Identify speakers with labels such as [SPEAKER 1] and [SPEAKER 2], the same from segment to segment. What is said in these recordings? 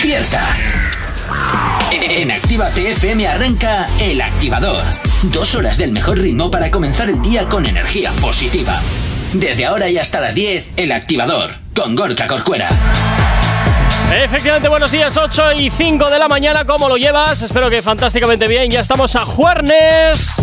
[SPEAKER 1] abierta. En Activa TFM arranca El Activador. Dos horas del mejor ritmo para comenzar el día con energía positiva. Desde ahora y hasta las 10, El Activador, con Gorka Corcuera.
[SPEAKER 2] Efectivamente, buenos días, 8 y 5 de la mañana, ¿cómo lo llevas? Espero que fantásticamente bien, ya estamos a Juernes.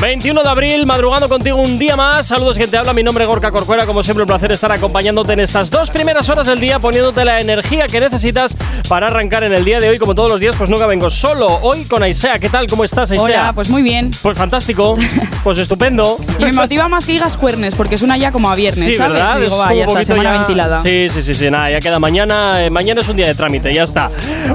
[SPEAKER 2] 21 de abril, madrugando contigo un día más. Saludos, quien te habla. Mi nombre es Gorka Corcuera. Como siempre, un placer estar acompañándote en estas dos primeras horas del día, poniéndote la energía que necesitas para arrancar en el día de hoy. Como todos los días, pues nunca vengo solo. Hoy con Aisea. ¿Qué tal? ¿Cómo estás, Aisea?
[SPEAKER 3] Hola, pues muy bien.
[SPEAKER 2] Pues fantástico. pues estupendo.
[SPEAKER 3] Y me motiva más que digas juernes, porque suena ya como a viernes,
[SPEAKER 2] sí,
[SPEAKER 3] ¿sabes?
[SPEAKER 2] ¿verdad?
[SPEAKER 3] Y digo,
[SPEAKER 2] Es
[SPEAKER 3] va,
[SPEAKER 2] como un
[SPEAKER 3] ya está,
[SPEAKER 2] poquito
[SPEAKER 3] semana
[SPEAKER 2] ya-
[SPEAKER 3] ventilada.
[SPEAKER 2] Sí, sí, sí, sí, nada, ya queda mañana. eh, mañana es un día de trámite, ya está.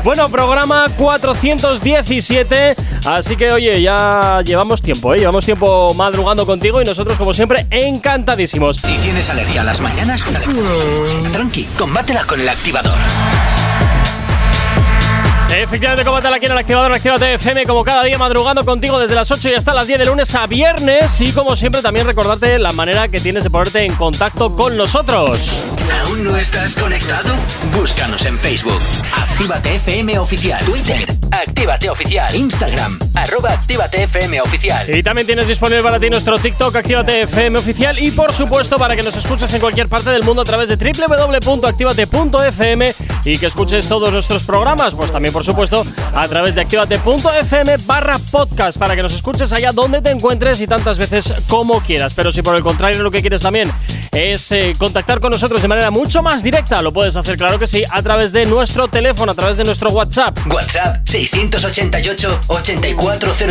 [SPEAKER 2] Bueno, programa 417. Así que, oye, ya llevamos tiempo, ¿eh? Llevamos tiempo madrugando contigo y nosotros, como siempre, encantadísimos.
[SPEAKER 1] Si tienes alergia a las mañanas, tranqui, combátela con El Activador.
[SPEAKER 2] Efectivamente, como tal aquí en el activador, en Actívate FM, como cada día madrugando contigo desde las 8 y hasta las 10 de lunes a viernes. Y como siempre, también recordarte la manera que tienes de ponerte en contacto con nosotros.
[SPEAKER 1] ¿Aún no estás conectado? Búscanos en Facebook. Actívate FM Oficial. Twitter. Actívate Oficial. Instagram. Arroba Actívate FM Oficial.
[SPEAKER 2] Y también tienes disponible para ti nuestro TikTok, Actívate FM oficial y por supuesto para que nos escuches en cualquier parte del mundo a través de www.activate.fm y que escuches todos nuestros programas, pues también por supuesto a través de activate.fm barra podcast para que nos escuches allá donde te encuentres y tantas veces como quieras. Pero si por el contrario lo que quieres también es eh, contactar con nosotros de manera mucho más directa, lo puedes hacer claro que sí a través de nuestro teléfono, a través de nuestro WhatsApp.
[SPEAKER 1] WhatsApp 688 840912.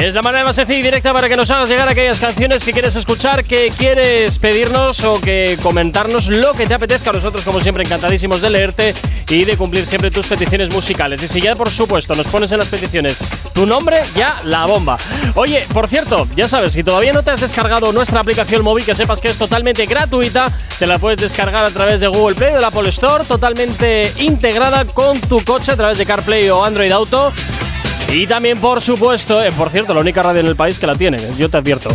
[SPEAKER 2] Es la manera más sencilla y directa para que nos hagas llegar aquellas canciones que quieres escuchar, que quieres pedirnos o que comentarnos lo que te apetezca. Nosotros, como siempre, encantadísimos de leerte y de cumplir siempre tus peticiones musicales. Y si ya, por supuesto, nos pones en las peticiones tu nombre, ya la bomba. Oye, por cierto, ya sabes, si todavía no te has descargado nuestra aplicación móvil, que sepas que es totalmente gratuita, te la puedes descargar a través de Google Play o la Apple Store, totalmente integrada con tu coche a través de CarPlay o Android Auto. Y también, por supuesto, eh, por cierto, la única radio en el país que la tiene, eh, yo te advierto.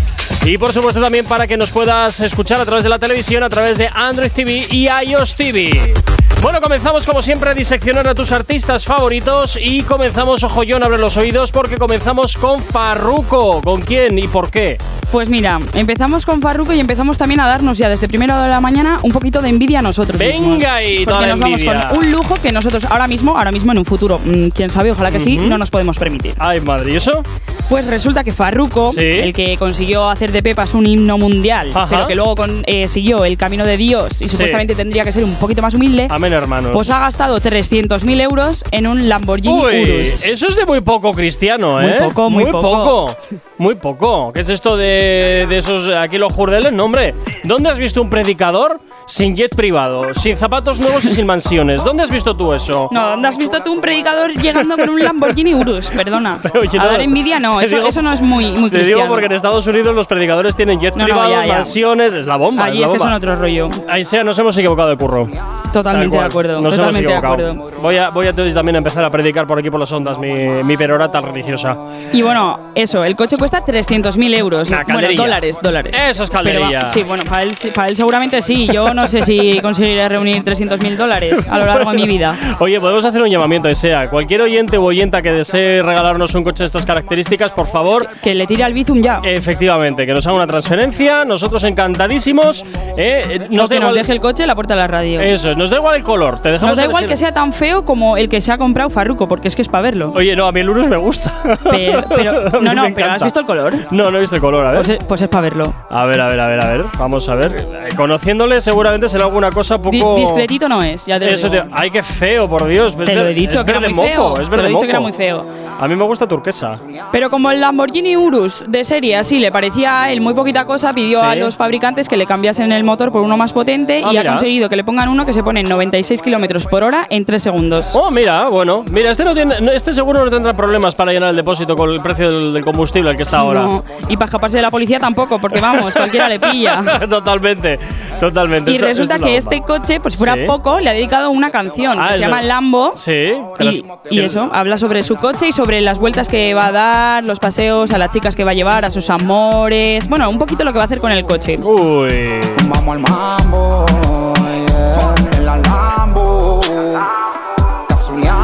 [SPEAKER 2] Y por supuesto también para que nos puedas escuchar a través de la televisión, a través de Android TV y iOS TV. Bueno, comenzamos como siempre a diseccionar a tus artistas favoritos y comenzamos, ojo yo, abre los oídos porque comenzamos con Farruko. ¿Con quién y por qué?
[SPEAKER 3] Pues mira, empezamos con Farruko y empezamos también a darnos ya desde primero de la mañana un poquito de envidia a nosotros
[SPEAKER 2] Venga
[SPEAKER 3] mismos.
[SPEAKER 2] ahí,
[SPEAKER 3] Porque
[SPEAKER 2] toda la
[SPEAKER 3] nos vamos
[SPEAKER 2] envidia.
[SPEAKER 3] con un lujo que nosotros ahora mismo, ahora mismo en un futuro, mm, quién sabe, ojalá que sí, no nos podemos permitir.
[SPEAKER 2] Ay, madre, ¿y eso?
[SPEAKER 3] Pues resulta que Farruko,
[SPEAKER 2] Sí.
[SPEAKER 3] el que consiguió hacer de Pepas un himno mundial,
[SPEAKER 2] Ajá.
[SPEAKER 3] pero que luego con- eh, siguió el camino de Dios y
[SPEAKER 2] Sí.
[SPEAKER 3] supuestamente tendría que ser un poquito más humilde,
[SPEAKER 2] Amén, hermano.
[SPEAKER 3] pues ha gastado 300.000 euros en un Lamborghini
[SPEAKER 2] Uy,
[SPEAKER 3] Urus.
[SPEAKER 2] eso es de muy poco cristiano,
[SPEAKER 3] Muy
[SPEAKER 2] ¿eh?
[SPEAKER 3] poco, muy
[SPEAKER 2] poco. Muy poco. ¿Qué es esto de, de esos aquí los jurdeles? No, hombre. ¿Dónde has visto un predicador sin jet privado, sin zapatos nuevos y sin mansiones? ¿Dónde has visto tú eso?
[SPEAKER 3] No, ¿dónde has visto tú un predicador llegando con un Lamborghini Urus? Perdona.
[SPEAKER 2] Pero oye,
[SPEAKER 3] a
[SPEAKER 2] no,
[SPEAKER 3] dar envidia no,
[SPEAKER 2] te
[SPEAKER 3] eso,
[SPEAKER 2] digo-
[SPEAKER 3] eso no es muy, muy
[SPEAKER 2] Te
[SPEAKER 3] cristiano.
[SPEAKER 2] digo porque en Estados Unidos los predicadores tienen jet
[SPEAKER 3] No, no,
[SPEAKER 2] privados,
[SPEAKER 3] ya, ya.
[SPEAKER 2] mansiones, es la bomba. es
[SPEAKER 3] Allí
[SPEAKER 2] la
[SPEAKER 3] es que
[SPEAKER 2] bomba.
[SPEAKER 3] son otro rollo.
[SPEAKER 2] Ahí sea, nos hemos equivocado de curro. Tal
[SPEAKER 3] Totalmente de
[SPEAKER 2] cual.
[SPEAKER 3] acuerdo.
[SPEAKER 2] Nos hemos
[SPEAKER 3] totalmente de
[SPEAKER 2] equivocado.
[SPEAKER 3] acuerdo.
[SPEAKER 2] Voy a, voy a también empezar a predicar por aquí por las ondas mi, mi perorata religiosa.
[SPEAKER 3] Y bueno, eso, el coche cuesta 300.000 euros.
[SPEAKER 2] Nah,
[SPEAKER 3] bueno,
[SPEAKER 2] calderilla.
[SPEAKER 3] dólares, dólares.
[SPEAKER 2] Eso es calderilla.
[SPEAKER 3] Pero va- sí, bueno, para él, sí- para él seguramente sí. Yo no sé si conseguiré reunir 300.000 dólares a lo largo de mi vida.
[SPEAKER 2] Oye, podemos hacer un llamamiento, o sea, cualquier oyente o oyenta que desee regalarnos un coche de estas características, por favor,
[SPEAKER 3] Que le tire al bizum ya.
[SPEAKER 2] Eh, efectivamente, que nos haga una transferencia, nosotros encantadísimos, eh, eh,
[SPEAKER 3] O
[SPEAKER 2] nos da
[SPEAKER 3] que nos
[SPEAKER 2] igual,
[SPEAKER 3] deje el coche en la puerta de la radio.
[SPEAKER 2] eso es, nos da igual el color, te dejamos
[SPEAKER 3] Nos da igual que
[SPEAKER 2] elegir.
[SPEAKER 3] sea tan feo como el que se ha comprado Farruko, porque es que es para verlo.
[SPEAKER 2] Oye, no, a mí el Urus me gusta.
[SPEAKER 3] Pero- pero-
[SPEAKER 2] A mí
[SPEAKER 3] no, no,
[SPEAKER 2] me encanta.
[SPEAKER 3] pero
[SPEAKER 2] ¿Eh?
[SPEAKER 3] ¿has visto el color?
[SPEAKER 2] No, no he visto el color, a ver.
[SPEAKER 3] Pues es, pues es para verlo.
[SPEAKER 2] a ver, a ver, a ver, a ver, vamos a ver. Eh, Conociéndole seguramente será alguna cosa
[SPEAKER 3] Di-
[SPEAKER 2] poco
[SPEAKER 3] discretito no es, ya te lo
[SPEAKER 2] Eso
[SPEAKER 3] digo.
[SPEAKER 2] te- ay, qué feo, por Dios.
[SPEAKER 3] Te lo he dicho
[SPEAKER 2] es
[SPEAKER 3] que era
[SPEAKER 2] verde
[SPEAKER 3] muy feo,
[SPEAKER 2] moco,
[SPEAKER 3] te
[SPEAKER 2] es
[SPEAKER 3] lo
[SPEAKER 2] verde
[SPEAKER 3] he dicho que era
[SPEAKER 2] moco.
[SPEAKER 3] muy feo.
[SPEAKER 2] A mí me gusta turquesa.
[SPEAKER 3] Pero como el Lamborghini Urus de serie así le parecía a él muy poquita cosa, pidió
[SPEAKER 2] Sí.
[SPEAKER 3] a los fabricantes que le cambiasen el motor por uno más potente
[SPEAKER 2] Ah,
[SPEAKER 3] y
[SPEAKER 2] mira.
[SPEAKER 3] ha conseguido que le pongan uno que se pone en 96 kilómetros por hora en 3 segundos.
[SPEAKER 2] Oh, mira, bueno. Mira, este, no tiene, no- este seguro no tendrá problemas para llenar el depósito con el precio del, del combustible al que está ahora.
[SPEAKER 3] No, Y para escaparse de la policía tampoco, porque vamos, cualquiera le pilla.
[SPEAKER 2] totalmente, totalmente.
[SPEAKER 3] Y
[SPEAKER 2] Esto- esto
[SPEAKER 3] resulta
[SPEAKER 2] es
[SPEAKER 3] que
[SPEAKER 2] la bomba.
[SPEAKER 3] este coche, pues si fuera
[SPEAKER 2] Sí.
[SPEAKER 3] poco, le ha dedicado una canción
[SPEAKER 2] Ah,
[SPEAKER 3] que
[SPEAKER 2] es
[SPEAKER 3] se llama
[SPEAKER 2] verdad.
[SPEAKER 3] Lambo.
[SPEAKER 2] Sí. que
[SPEAKER 3] Y,
[SPEAKER 2] las-
[SPEAKER 3] y
[SPEAKER 2] que-
[SPEAKER 3] eso, habla sobre su coche y sobre las vueltas que va a dar, los paseos a las chicas que va a llevar, a sus amores. Bueno, un poquito lo que va a hacer con el coche.
[SPEAKER 2] Uy.
[SPEAKER 4] Vamos al mambo, yeah, en la Lambo. Está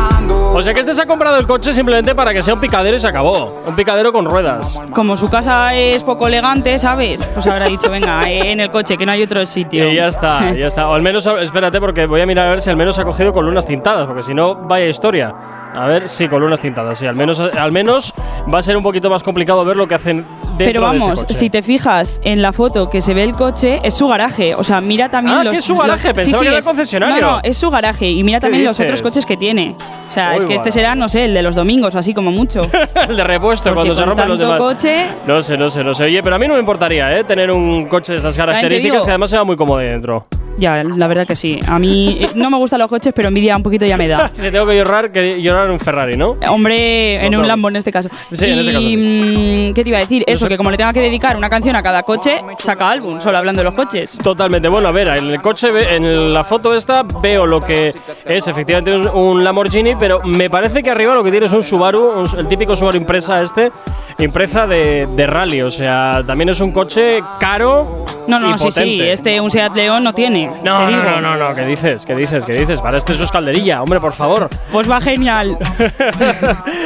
[SPEAKER 2] sea que este se ha comprado el coche simplemente para que sea un picadero y se acabó. Un picadero con ruedas.
[SPEAKER 3] Como su casa es poco elegante, ¿sabes? Pues habrá dicho, venga, en el coche, que no hay otro sitio.
[SPEAKER 2] Y ya está, ya está. O al menos, espérate, porque voy a mirar a ver si al menos ha cogido columnas tintadas, porque si no, vaya historia. A ver, sí, columnas tintadas, sí. Al menos, al menos va a ser un poquito más complicado ver lo que hacen dentro de
[SPEAKER 3] Pero vamos,
[SPEAKER 2] ese coche.
[SPEAKER 3] si te fijas en la foto que se ve el coche, es su garaje. O sea, mira también
[SPEAKER 2] Ah,
[SPEAKER 3] los.
[SPEAKER 2] que es su garaje,
[SPEAKER 3] los-
[SPEAKER 2] pensaba que era
[SPEAKER 3] es-
[SPEAKER 2] concesionario.
[SPEAKER 3] No, no, es su garaje. Y mira también los
[SPEAKER 2] dices?
[SPEAKER 3] otros coches que tiene. O sea,
[SPEAKER 2] Uy,
[SPEAKER 3] es que este
[SPEAKER 2] guau.
[SPEAKER 3] será, no sé, el de los domingos o así como mucho.
[SPEAKER 2] el de repuesto
[SPEAKER 3] Porque
[SPEAKER 2] cuando se
[SPEAKER 3] con
[SPEAKER 2] rompen los
[SPEAKER 3] tanto
[SPEAKER 2] demás.
[SPEAKER 3] coche-
[SPEAKER 2] No sé, no sé, no sé. Oye, pero a mí no me importaría, ¿eh? Tener un coche de esas
[SPEAKER 3] También te
[SPEAKER 2] características
[SPEAKER 3] digo-
[SPEAKER 2] que además sea muy cómodo dentro.
[SPEAKER 3] ya, la verdad que sí. A mí eh, no me gustan los coches, pero envidia un poquito ya me da.
[SPEAKER 2] Si tengo que llorar, que llorar en un Ferrari, ¿no?
[SPEAKER 3] Hombre, en
[SPEAKER 2] No,
[SPEAKER 3] un
[SPEAKER 2] no.
[SPEAKER 3] Lambo en este caso.
[SPEAKER 2] Sí, en ese
[SPEAKER 3] Y,
[SPEAKER 2] caso sí.
[SPEAKER 3] mm, ¿Qué te iba a decir? Eso,
[SPEAKER 2] sé-
[SPEAKER 3] que como le tenga que dedicar una canción a cada coche, saca álbum, solo hablando de los coches.
[SPEAKER 2] Totalmente. Bueno, a ver, en el coche, ve- en la foto esta, veo lo que es efectivamente un, un Lamborghini, pero me parece que arriba lo que tiene es un Subaru, un- el típico Subaru impresa este, impresa de, de rally. O sea, también es un coche caro.
[SPEAKER 3] No, no,
[SPEAKER 2] y
[SPEAKER 3] sí, sí,
[SPEAKER 2] potente.
[SPEAKER 3] este un Seat León no tiene.
[SPEAKER 2] No,
[SPEAKER 3] te
[SPEAKER 2] no,
[SPEAKER 3] digo.
[SPEAKER 2] no, no, no, ¿qué dices? ¿Qué dices? ¿Qué dices? Para este es su calderilla, hombre, por favor.
[SPEAKER 3] Pues va genial.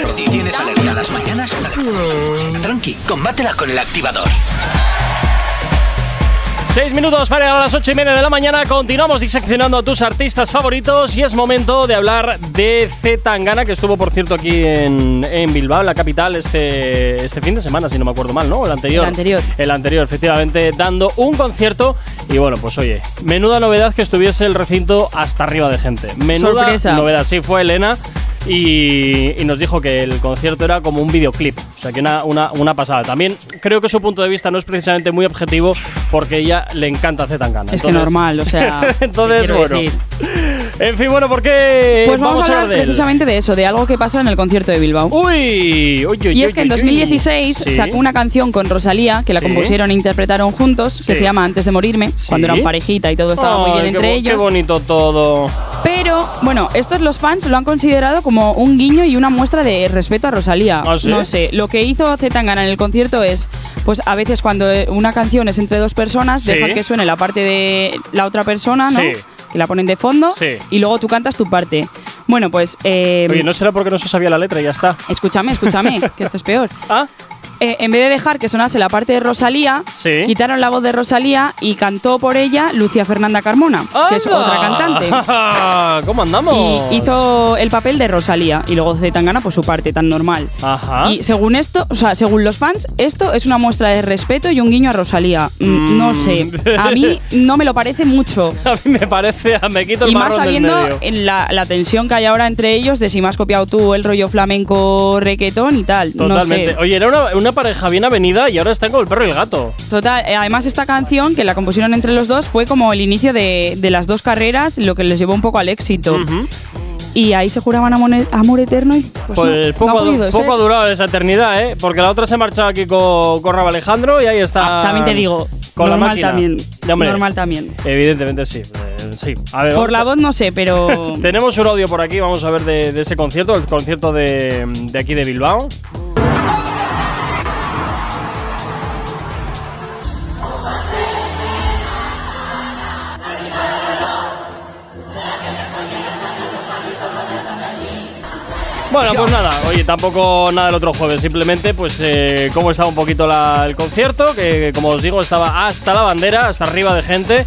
[SPEAKER 1] Si tienes alergia a las mañanas, tranqui, combátela con el activador.
[SPEAKER 2] Seis minutos para llegar a las ocho y media de la mañana. Continuamos diseccionando a tus artistas favoritos y es momento de hablar de Z Tangana, que estuvo, por cierto, aquí en, en Bilbao, en la capital, este, este fin de semana, si no me acuerdo mal, ¿no? El anterior.
[SPEAKER 3] El anterior.
[SPEAKER 2] El anterior, efectivamente, dando un concierto. Y bueno, pues oye, menuda novedad que estuviese el recinto hasta arriba de gente. Menuda
[SPEAKER 3] Sorpresa.
[SPEAKER 2] novedad. Sí, fue Elena. Y, y nos dijo que el concierto era como un videoclip, o sea que una, una, una pasada. También creo que su punto de vista no es precisamente muy objetivo porque ella le encanta hacer tan
[SPEAKER 3] Es que normal, o sea. ¿qué
[SPEAKER 2] Entonces,
[SPEAKER 3] quiero
[SPEAKER 2] bueno. Eh,
[SPEAKER 3] decir?
[SPEAKER 2] En fin, bueno, ¿por qué
[SPEAKER 3] Pues vamos, a hablar
[SPEAKER 2] de él?
[SPEAKER 3] precisamente de eso, de algo que pasó en el concierto de Bilbao.
[SPEAKER 2] Uy, uy, uy,
[SPEAKER 3] y
[SPEAKER 2] uy,
[SPEAKER 3] es que en
[SPEAKER 2] uy, uy.
[SPEAKER 3] 2016
[SPEAKER 2] Sí.
[SPEAKER 3] sacó una canción con Rosalía, que la
[SPEAKER 2] Sí.
[SPEAKER 3] compusieron e interpretaron juntos, que
[SPEAKER 2] Sí.
[SPEAKER 3] se llama Antes de morirme,
[SPEAKER 2] Sí.
[SPEAKER 3] cuando eran parejita y todo estaba muy bien
[SPEAKER 2] Ay, qué
[SPEAKER 3] entre
[SPEAKER 2] bo-
[SPEAKER 3] ellos.
[SPEAKER 2] Qué bonito todo.
[SPEAKER 3] Pero, bueno, estos los fans lo han considerado como un guiño y una muestra de respeto a Rosalía.
[SPEAKER 2] ¿Ah, sí?
[SPEAKER 3] No sé, lo que hizo Zetangana en el concierto es, pues a veces cuando eh, una canción es entre dos personas,
[SPEAKER 2] Sí.
[SPEAKER 3] deja que suene la parte de la otra persona, ¿no?
[SPEAKER 2] Sí.
[SPEAKER 3] Que la ponen de fondo
[SPEAKER 2] Sí.
[SPEAKER 3] y luego tú cantas tu parte. Bueno, pues... eh,
[SPEAKER 2] Oye, no será porque no se sabía la letra y ya está.
[SPEAKER 3] Escúchame, escúchame, que esto es peor.
[SPEAKER 2] Ah,
[SPEAKER 3] Eh, en vez de dejar que sonase la parte de Rosalía,
[SPEAKER 2] Sí.
[SPEAKER 3] quitaron la voz de Rosalía y cantó por ella Lucía Fernanda Carmona, que es
[SPEAKER 2] anda.
[SPEAKER 3] otra cantante.
[SPEAKER 2] Ah, ¿Cómo andamos?
[SPEAKER 3] Y hizo el papel de Rosalía y luego Zetangana por su parte tan normal.
[SPEAKER 2] Ajá.
[SPEAKER 3] Y según esto, o sea, según los fans, esto es una muestra de respeto y un guiño a Rosalía. Mm,
[SPEAKER 2] Mm.
[SPEAKER 3] No sé, a mí no me lo parece mucho.
[SPEAKER 2] A mí me parece, ah, me quito el
[SPEAKER 3] Y más
[SPEAKER 2] marrón del
[SPEAKER 3] sabiendo eh,
[SPEAKER 2] medio.
[SPEAKER 3] en la, la tensión que hay ahora entre ellos de si me has copiado tú el rollo flamenco requetón y tal.
[SPEAKER 2] Totalmente.
[SPEAKER 3] No sé.
[SPEAKER 2] Oye, era una, una pareja bien avenida y ahora están con el perro y el gato.
[SPEAKER 3] Total, eh, además esta canción que la compusieron entre los dos fue como el inicio de, de las dos carreras, lo que les llevó un poco al éxito.
[SPEAKER 2] Ujú.
[SPEAKER 3] Y ahí se juraban amor, amor eterno y pues, no-
[SPEAKER 2] Pues
[SPEAKER 3] no
[SPEAKER 2] poco,
[SPEAKER 3] ha
[SPEAKER 2] ha, du-
[SPEAKER 3] podido
[SPEAKER 2] poco
[SPEAKER 3] ser.
[SPEAKER 2] ha durado esa eternidad, ¿eh? Porque la otra se marchaba aquí con, con Rafa Alejandro y ahí está.
[SPEAKER 3] Ah, también te digo,
[SPEAKER 2] Con la
[SPEAKER 3] normal
[SPEAKER 2] máquina.
[SPEAKER 3] también.
[SPEAKER 2] Ya, hombre,
[SPEAKER 3] normal también.
[SPEAKER 2] Evidentemente sí. eh, sí. A ver,
[SPEAKER 3] Por la
[SPEAKER 2] vamos-
[SPEAKER 3] voz no sé, pero
[SPEAKER 2] Tenemos un audio por aquí, vamos a ver de, de ese concierto, el concierto de, de aquí de Bilbao. Bueno, pues nada, oye, tampoco nada el otro jueves, simplemente pues eh, cómo estaba un poquito la- el concierto, que como os digo estaba hasta la bandera, hasta arriba de gente.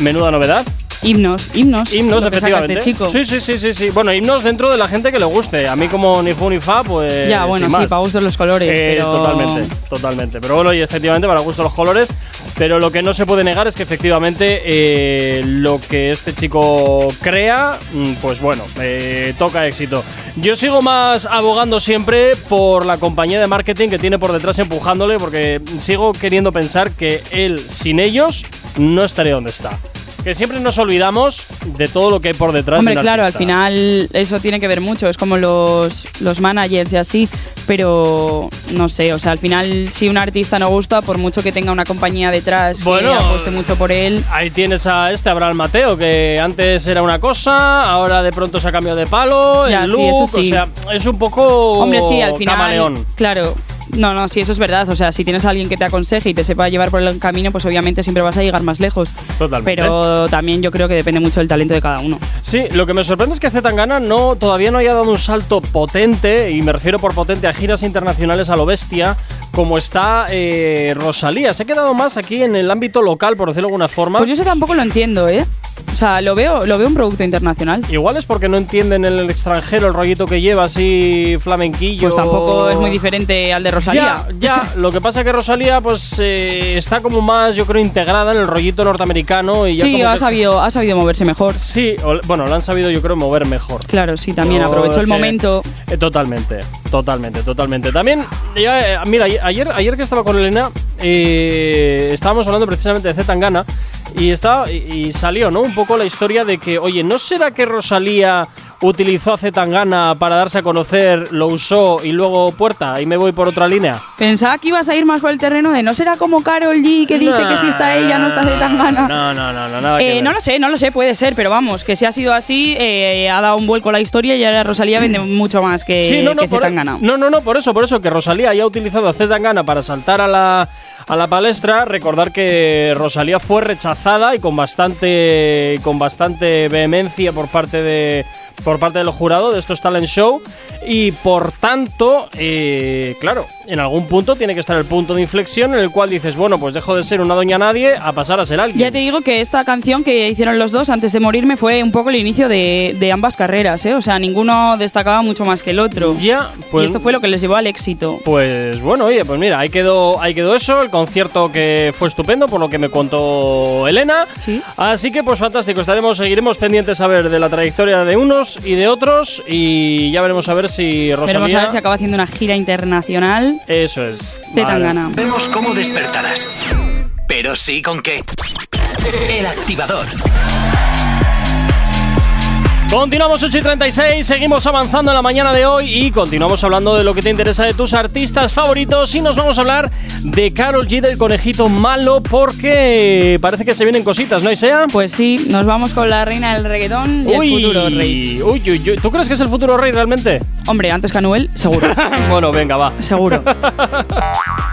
[SPEAKER 2] Menuda novedad.
[SPEAKER 3] himnos, himnos.
[SPEAKER 2] Himnos,
[SPEAKER 3] lo que sacas de
[SPEAKER 2] efectivamente.
[SPEAKER 3] chico.
[SPEAKER 2] Sí, sí, sí, sí, sí. Bueno, himnos dentro de la gente que le guste. A mí como ni fu ni fa, pues
[SPEAKER 3] ya, bueno,
[SPEAKER 2] sin
[SPEAKER 3] sí,
[SPEAKER 2] más.
[SPEAKER 3] para gustos los colores.
[SPEAKER 2] Eh,
[SPEAKER 3] pero...
[SPEAKER 2] Totalmente, totalmente. Pero bueno, y efectivamente para gusto los colores. Pero lo que no se puede negar es que efectivamente eh, lo que este chico crea, mm, pues bueno, eh, toca éxito. Yo sigo más abogando siempre por la compañía de marketing que tiene por detrás empujándole, porque sigo queriendo pensar que él sin ellos no estaría donde está. Que siempre nos olvidamos de todo lo que hay por detrás.
[SPEAKER 3] Hombre,
[SPEAKER 2] de un
[SPEAKER 3] claro, al
[SPEAKER 2] artista.
[SPEAKER 3] final eso tiene que ver mucho. Es como los, los managers y así. Pero no sé, o sea, al final, si un artista no gusta, por mucho que tenga una compañía detrás
[SPEAKER 2] Bueno,
[SPEAKER 3] que apueste mucho por él.
[SPEAKER 2] Ahí tienes a este Abraham Mateo, que antes era una cosa, ahora de pronto se ha cambiado de palo,
[SPEAKER 3] Ya,
[SPEAKER 2] el
[SPEAKER 3] sí,
[SPEAKER 2] look,
[SPEAKER 3] eso sí.
[SPEAKER 2] o sea, es un poco
[SPEAKER 3] Hombre, sí, al final.
[SPEAKER 2] camaleón.
[SPEAKER 3] Claro. No, no, sí, eso es verdad. O sea, si tienes a alguien que te aconseje y te sepa llevar por el camino, pues obviamente siempre vas a llegar más lejos.
[SPEAKER 2] Totalmente.
[SPEAKER 3] Pero también yo creo que depende mucho del talento de cada uno.
[SPEAKER 2] Sí, lo que me sorprende es que Zetangana no, todavía no haya dado un salto potente, y me refiero por potente a giras internacionales a lo bestia, como está eh, Rosalía. Se ha quedado más aquí en el ámbito local, por decirlo de alguna forma.
[SPEAKER 3] Pues yo eso tampoco lo entiendo, ¿eh? O sea, lo veo, lo veo un producto internacional.
[SPEAKER 2] Igual es porque no entienden en el extranjero el rollito que lleva así flamenquillo.
[SPEAKER 3] Pues tampoco es muy diferente al de Rosalía.
[SPEAKER 2] Ya, ya. Lo que pasa es que Rosalía, pues eh, está como más, yo creo, integrada en el rollito norteamericano y ya
[SPEAKER 3] sí,
[SPEAKER 2] como
[SPEAKER 3] ha
[SPEAKER 2] que se-
[SPEAKER 3] sabido, ha sabido moverse mejor.
[SPEAKER 2] Sí, o- bueno, lo han sabido, yo creo, mover mejor.
[SPEAKER 3] Claro, sí, también
[SPEAKER 2] Yo
[SPEAKER 3] aprovechó el
[SPEAKER 2] que-
[SPEAKER 3] momento.
[SPEAKER 2] eh, totalmente, totalmente, totalmente. También, ya, eh, mira, ayer- ayer, ayer que estaba con Elena, eh, estábamos hablando precisamente de Zetangana y, estaba, y, y salió, ¿no? Un poco la historia de que, oye, ¿no será que Rosalía utilizó a Zetangana para darse a conocer, lo usó y luego puerta y me voy por otra línea?
[SPEAKER 3] Pensaba que ibas a ir más por el terreno de no será como Carol G que dice que si está ella no está de tan gana.
[SPEAKER 2] No, no, no, no, nada que
[SPEAKER 3] Eh,
[SPEAKER 2] ver.
[SPEAKER 3] no lo sé, no lo sé, puede ser, pero vamos, que si ha sido así, eh, ha dado un vuelco la historia y ahora Rosalía vende mucho más que,
[SPEAKER 2] Mm. Sí, no, no,
[SPEAKER 3] Eh, que
[SPEAKER 2] por, e-
[SPEAKER 3] Zetangana.
[SPEAKER 2] no, no, no, por eso, por eso que Rosalía haya utilizado a Zetangana para saltar a la, a la palestra. Recordar que Rosalía fue rechazada y con bastante, con bastante vehemencia por parte de por parte del jurado de estos talent show y por tanto eh, claro en algún punto tiene que estar el punto de inflexión en el cual dices bueno pues dejo de ser una doña nadie a pasar a ser alguien
[SPEAKER 3] Ya te digo que esta canción que hicieron los dos antes de morirme fue un poco el inicio de, de ambas carreras, ¿eh? O sea, ninguno destacaba mucho más que el otro.
[SPEAKER 2] ya pues
[SPEAKER 3] y esto fue lo que les llevó al éxito.
[SPEAKER 2] Pues bueno, oye, pues mira, ahí quedó, ahí quedó eso, el concierto que fue estupendo, por lo que me contó Elena.
[SPEAKER 3] Sí.
[SPEAKER 2] Así que pues fantástico, estaremos, seguiremos pendientes a ver de la trayectoria de unos y de otros y ya veremos a ver si Rosalía...
[SPEAKER 3] Veremos a ver si acaba haciendo una gira internacional
[SPEAKER 2] Eso es.
[SPEAKER 3] de
[SPEAKER 2] Vale.
[SPEAKER 3] Tangana.
[SPEAKER 1] Vemos cómo despertarás. Pero sí con qué. El activador.
[SPEAKER 2] Continuamos 8 y 36, seguimos avanzando en la mañana de hoy y continuamos hablando de lo que te interesa de tus artistas favoritos y nos vamos a hablar de Carol G del conejito malo porque parece que se vienen cositas, ¿no, Isea?
[SPEAKER 3] Pues sí, nos vamos con la reina del reggaetón y el futuro rey.
[SPEAKER 2] Uy, uy, uy. ¿Tú crees que es el futuro rey realmente?
[SPEAKER 3] Hombre, antes que Anuel, seguro.
[SPEAKER 2] bueno, venga, va.
[SPEAKER 3] Seguro.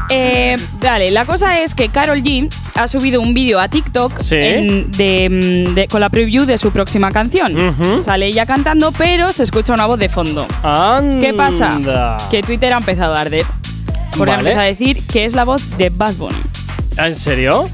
[SPEAKER 3] Eh, vale, la cosa es que Carol G ha subido un vídeo a TikTok
[SPEAKER 2] Sí.
[SPEAKER 3] en- de, mm, de- con la preview de su próxima canción.
[SPEAKER 2] Ujú.
[SPEAKER 3] Sale ella cantando, pero se escucha una voz de fondo.
[SPEAKER 2] Anda.
[SPEAKER 3] ¿Qué pasa? Que Twitter ha empezado a arder. Porque
[SPEAKER 2] Vale.
[SPEAKER 3] empieza a decir que es la voz de Bad Bunny.
[SPEAKER 2] ¿En serio?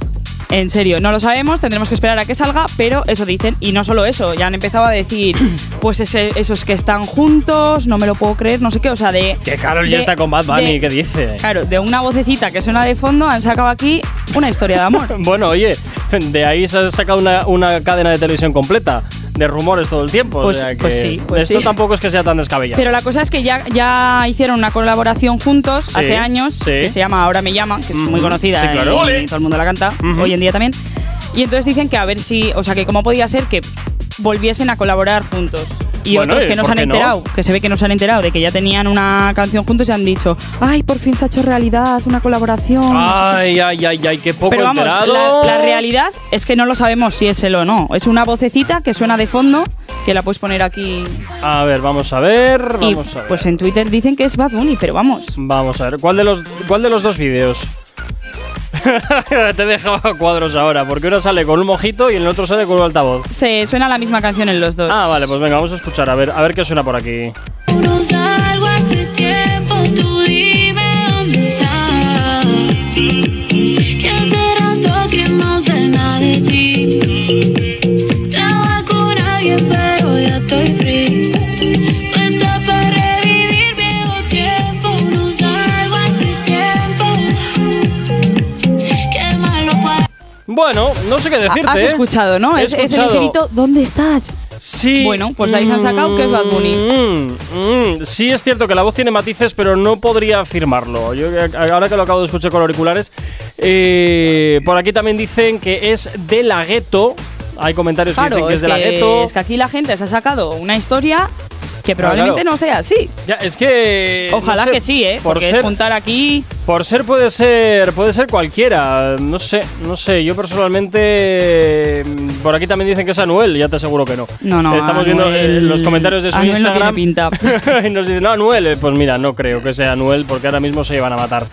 [SPEAKER 3] En serio, no lo sabemos, tendremos que esperar a que salga, pero eso dicen. Y no solo eso, ya han empezado a decir, pues ese- esos que están juntos, no me lo puedo creer, no sé qué, o sea, de...
[SPEAKER 2] Que Carol
[SPEAKER 3] de-
[SPEAKER 2] ya está con Bad Bunny,
[SPEAKER 3] de-
[SPEAKER 2] ¿qué dice?
[SPEAKER 3] Claro, de una vocecita que suena de fondo han sacado aquí una historia de amor.
[SPEAKER 2] Bueno, oye, de ahí se ha sacado una, una cadena de televisión completa de rumores todo el tiempo.
[SPEAKER 3] Pues-
[SPEAKER 2] o sea que
[SPEAKER 3] pues sí, pues
[SPEAKER 2] esto
[SPEAKER 3] sí.
[SPEAKER 2] tampoco es que sea tan descabellado.
[SPEAKER 3] Pero la cosa es que ya, ya hicieron una colaboración juntos
[SPEAKER 2] Sí,
[SPEAKER 3] hace años,
[SPEAKER 2] sí.
[SPEAKER 3] que se llama Ahora me llaman, que es muy
[SPEAKER 2] Ujú,
[SPEAKER 3] conocida
[SPEAKER 2] sí, claro.
[SPEAKER 3] y
[SPEAKER 2] ¡Ole!
[SPEAKER 3] todo el mundo la canta,
[SPEAKER 2] Ujú.
[SPEAKER 3] hoy en día también. Y entonces dicen que a ver si, o sea, que cómo podía ser que volviesen a colaborar juntos. Y
[SPEAKER 2] Bueno,
[SPEAKER 3] otros
[SPEAKER 2] ¿y
[SPEAKER 3] que no
[SPEAKER 2] por
[SPEAKER 3] se han
[SPEAKER 2] qué no?
[SPEAKER 3] enterado, que se ve que no se han enterado de que ya tenían una canción juntos y han dicho, ay, por fin se ha hecho realidad una colaboración. no sé qué".
[SPEAKER 2] Ay, ay, ay, ay, qué poco
[SPEAKER 3] Pero vamos, la,
[SPEAKER 2] enterados.
[SPEAKER 3] la realidad es que no lo sabemos si es él o no. Es una vocecita que suena de fondo, que la puedes poner aquí.
[SPEAKER 2] A ver, vamos a ver,
[SPEAKER 3] Y
[SPEAKER 2] vamos a ver.
[SPEAKER 3] pues en Twitter dicen que es Bad Bunny, pero vamos.
[SPEAKER 2] Vamos a ver, ¿cuál de los, cuál de los dos vídeos? Te dejaba cuadros ahora, porque uno sale con un mojito y el otro sale con un altavoz.
[SPEAKER 3] Se suena la misma canción en los dos.
[SPEAKER 2] Ah, vale, pues venga, vamos a escuchar, a ver, a ver qué suena por aquí.
[SPEAKER 4] No salgo hace tiempo, tú dime dónde estás. Que hace rato que no sé nada de ti. Estaba con alguien, pero ya estoy free. Cuenta para revivir viejo tiempo. No salgo hace tiempo. Qué malo fue.
[SPEAKER 2] Bueno, no sé qué decirte.
[SPEAKER 3] Has
[SPEAKER 2] ¿eh?
[SPEAKER 3] escuchado, ¿no?
[SPEAKER 2] He
[SPEAKER 3] Es, es el
[SPEAKER 2] escuchado.
[SPEAKER 3] ligerito ¿dónde estás?
[SPEAKER 2] Sí.
[SPEAKER 3] Bueno, pues de ahí se han sacado que es Bad Bunny.
[SPEAKER 2] Mm, mm, sí, es cierto que la voz tiene matices, pero no podría afirmarlo. Yo, eh, ahora que lo acabo de escuchar con auriculares, eh, por aquí también dicen que es de la gueto. Hay comentarios que dicen
[SPEAKER 3] Claro,
[SPEAKER 2] que es,
[SPEAKER 3] es
[SPEAKER 2] de la
[SPEAKER 3] que,
[SPEAKER 2] gueto.
[SPEAKER 3] es que aquí la gente se ha sacado una historia Que probablemente
[SPEAKER 2] claro.
[SPEAKER 3] no sea así.
[SPEAKER 2] Ya, es que.
[SPEAKER 3] Ojalá
[SPEAKER 2] no sé,
[SPEAKER 3] que sí, ¿eh?
[SPEAKER 2] Por
[SPEAKER 3] Porque
[SPEAKER 2] ser,
[SPEAKER 3] es juntar aquí.
[SPEAKER 2] por ser puede ser. Puede ser cualquiera. No sé, no sé. Yo personalmente. mm, Por aquí también dicen que es Anuel, ya te aseguro que no.
[SPEAKER 3] No, no.
[SPEAKER 2] Estamos viendo
[SPEAKER 3] Anuel-
[SPEAKER 2] eh, los comentarios de su
[SPEAKER 3] Anuel
[SPEAKER 2] Instagram.
[SPEAKER 3] No tiene pinta.
[SPEAKER 2] y nos dicen, no, Anuel. Eh, Pues mira, no creo que sea Anuel porque ahora mismo se iban a matar.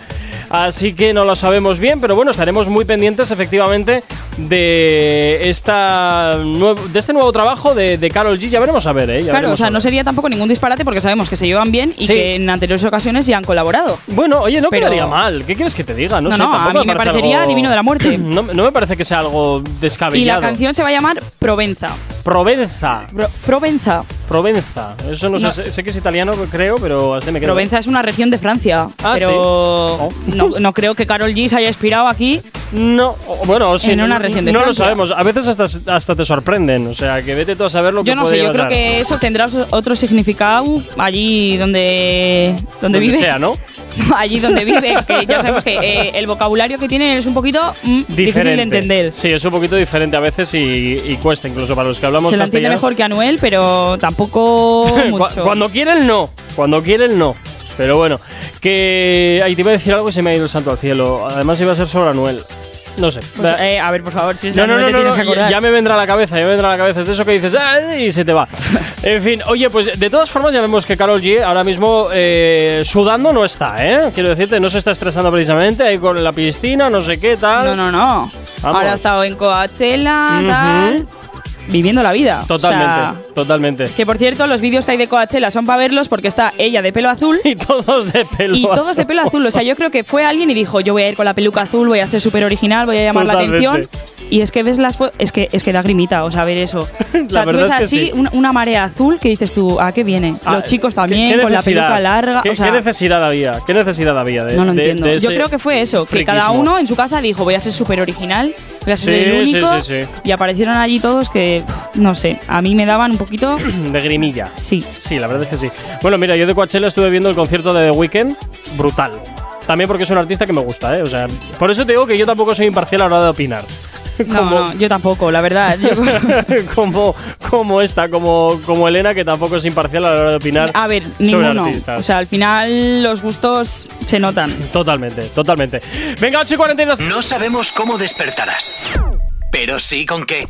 [SPEAKER 2] Así que no lo sabemos bien, pero bueno, estaremos muy pendientes efectivamente de, esta nuev- de este nuevo trabajo de, de Carol G. Ya veremos a ver, ¿eh? Ya
[SPEAKER 3] Claro, o
[SPEAKER 2] veremos a
[SPEAKER 3] sea, no
[SPEAKER 2] ver.
[SPEAKER 3] sería tampoco ningún disparate porque sabemos que se llevan bien y
[SPEAKER 2] Sí.
[SPEAKER 3] que en anteriores ocasiones ya han colaborado.
[SPEAKER 2] Bueno, oye, no
[SPEAKER 3] Pero-
[SPEAKER 2] quedaría mal. ¿Qué quieres que te diga? No,
[SPEAKER 3] No,
[SPEAKER 2] sé,
[SPEAKER 3] no, a
[SPEAKER 2] tampoco
[SPEAKER 3] mí me
[SPEAKER 2] parece
[SPEAKER 3] parecería
[SPEAKER 2] algo-
[SPEAKER 3] divino de la muerte.
[SPEAKER 2] No, no me parece que sea algo descabellado.
[SPEAKER 3] Y la canción se va a llamar Provenza.
[SPEAKER 2] Provenza.
[SPEAKER 3] Pro- Provenza.
[SPEAKER 2] Provenza. Eso no,
[SPEAKER 3] No.
[SPEAKER 2] sé. Sé que es italiano, creo, pero así me quedo.
[SPEAKER 3] Provenza es una región de Francia.
[SPEAKER 2] Ah,
[SPEAKER 3] pero
[SPEAKER 2] sí.
[SPEAKER 3] no, no creo que Carol G se haya inspirado aquí.
[SPEAKER 2] No, o- bueno, sí,
[SPEAKER 3] En
[SPEAKER 2] no-
[SPEAKER 3] una región de
[SPEAKER 2] No lo
[SPEAKER 3] Francia.
[SPEAKER 2] sabemos. A veces hasta, hasta te sorprenden. O sea, que vete tú a saber lo que
[SPEAKER 3] Yo no sé,
[SPEAKER 2] puede
[SPEAKER 3] yo creo
[SPEAKER 2] pasar.
[SPEAKER 3] que eso tendrá os- otro significado allí donde, donde,
[SPEAKER 2] Donde
[SPEAKER 3] vive.
[SPEAKER 2] sea, ¿no?
[SPEAKER 3] allí donde vive, que ya sabemos que eh, el vocabulario que tiene es un poquito mm, difícil de entender.
[SPEAKER 2] Sí, es un poquito diferente a veces y, y cuesta incluso para los que hablamos
[SPEAKER 3] Se la entiende
[SPEAKER 2] castellano.
[SPEAKER 3] mejor que Anuel, pero tampoco
[SPEAKER 2] Cu-
[SPEAKER 3] mucho.
[SPEAKER 2] Cuando quieren, no. Cuando quieren, no. Pero bueno, que. Ahí te iba a decir algo y se me ha ido el santo al cielo. Además, iba a ser sobre Anuel. No sé.
[SPEAKER 3] Pues,
[SPEAKER 2] Da-
[SPEAKER 3] eh, a ver, por favor, si es
[SPEAKER 2] no, no, no,
[SPEAKER 3] Anuel te
[SPEAKER 2] no,
[SPEAKER 3] tienes que
[SPEAKER 2] no, ya,
[SPEAKER 3] acordar.
[SPEAKER 2] ya me vendrá a la cabeza, ya me vendrá a la cabeza. Es de eso que dices, "Ah", y se te va. en fin, oye, pues de todas formas ya vemos que Carol G ahora mismo eh, sudando no está, ¿eh? Quiero decirte, no se está estresando precisamente, ahí con la piscina, no sé qué, tal.
[SPEAKER 3] No, no, no. Ahora ha estado en Coachella, tal. Viviendo la vida. O sea,
[SPEAKER 2] Totalmente, totalmente.
[SPEAKER 3] que por cierto, los vídeos que hay de Coachella son para verlos porque está ella de pelo azul
[SPEAKER 2] Y todos de pelo.
[SPEAKER 3] y todos de pelo azul. O sea, yo creo que fue alguien y dijo, yo voy a ir con la peluca azul, voy a ser súper original, voy a llamar
[SPEAKER 2] Totalmente.
[SPEAKER 3] la atención. Y es que ves las fo- es que es que da grimita, o sea, ver eso. O sea, tú
[SPEAKER 2] verdad
[SPEAKER 3] ves
[SPEAKER 2] es que
[SPEAKER 3] así
[SPEAKER 2] sí.
[SPEAKER 3] una, una marea azul que dices tú, ¿a qué viene?
[SPEAKER 2] Ah,
[SPEAKER 3] Los chicos
[SPEAKER 2] ¿qué-
[SPEAKER 3] también,
[SPEAKER 2] qué
[SPEAKER 3] con la
[SPEAKER 2] necesidad?
[SPEAKER 3] peluca larga.
[SPEAKER 2] ¿Qué,
[SPEAKER 3] o sea,
[SPEAKER 2] qué necesidad había? ¿Qué necesidad había de
[SPEAKER 3] no lo
[SPEAKER 2] de-
[SPEAKER 3] entiendo.
[SPEAKER 2] de
[SPEAKER 3] Yo
[SPEAKER 2] ese
[SPEAKER 3] creo que fue eso, que cada
[SPEAKER 2] friquismo?
[SPEAKER 3] uno en su casa dijo, voy a ser súper original, voy a ser
[SPEAKER 2] Sí,
[SPEAKER 3] el
[SPEAKER 2] sí,
[SPEAKER 3] único.
[SPEAKER 2] sí, sí.
[SPEAKER 3] Y aparecieron allí todos que, pff, no sé, a mí me daban un poquito,
[SPEAKER 2] De grimilla.
[SPEAKER 3] sí.
[SPEAKER 2] Sí, la verdad es que sí. Bueno, mira, yo de Coachella estuve viendo el concierto de The Weeknd, brutal. También porque es un artista que me gusta, ¿eh? O sea, por eso te digo que yo tampoco soy imparcial a la hora de opinar.
[SPEAKER 3] No, no, yo tampoco, la verdad. Yo-
[SPEAKER 2] como, como esta, como, como Elena, que tampoco es imparcial a la hora de opinar
[SPEAKER 3] A ver,
[SPEAKER 2] sobre
[SPEAKER 3] ninguno.
[SPEAKER 2] artistas.
[SPEAKER 3] O sea, al final los gustos se notan.
[SPEAKER 2] totalmente, totalmente. Venga, 8 y 42.
[SPEAKER 1] No sabemos cómo despertarás, pero sí con qué.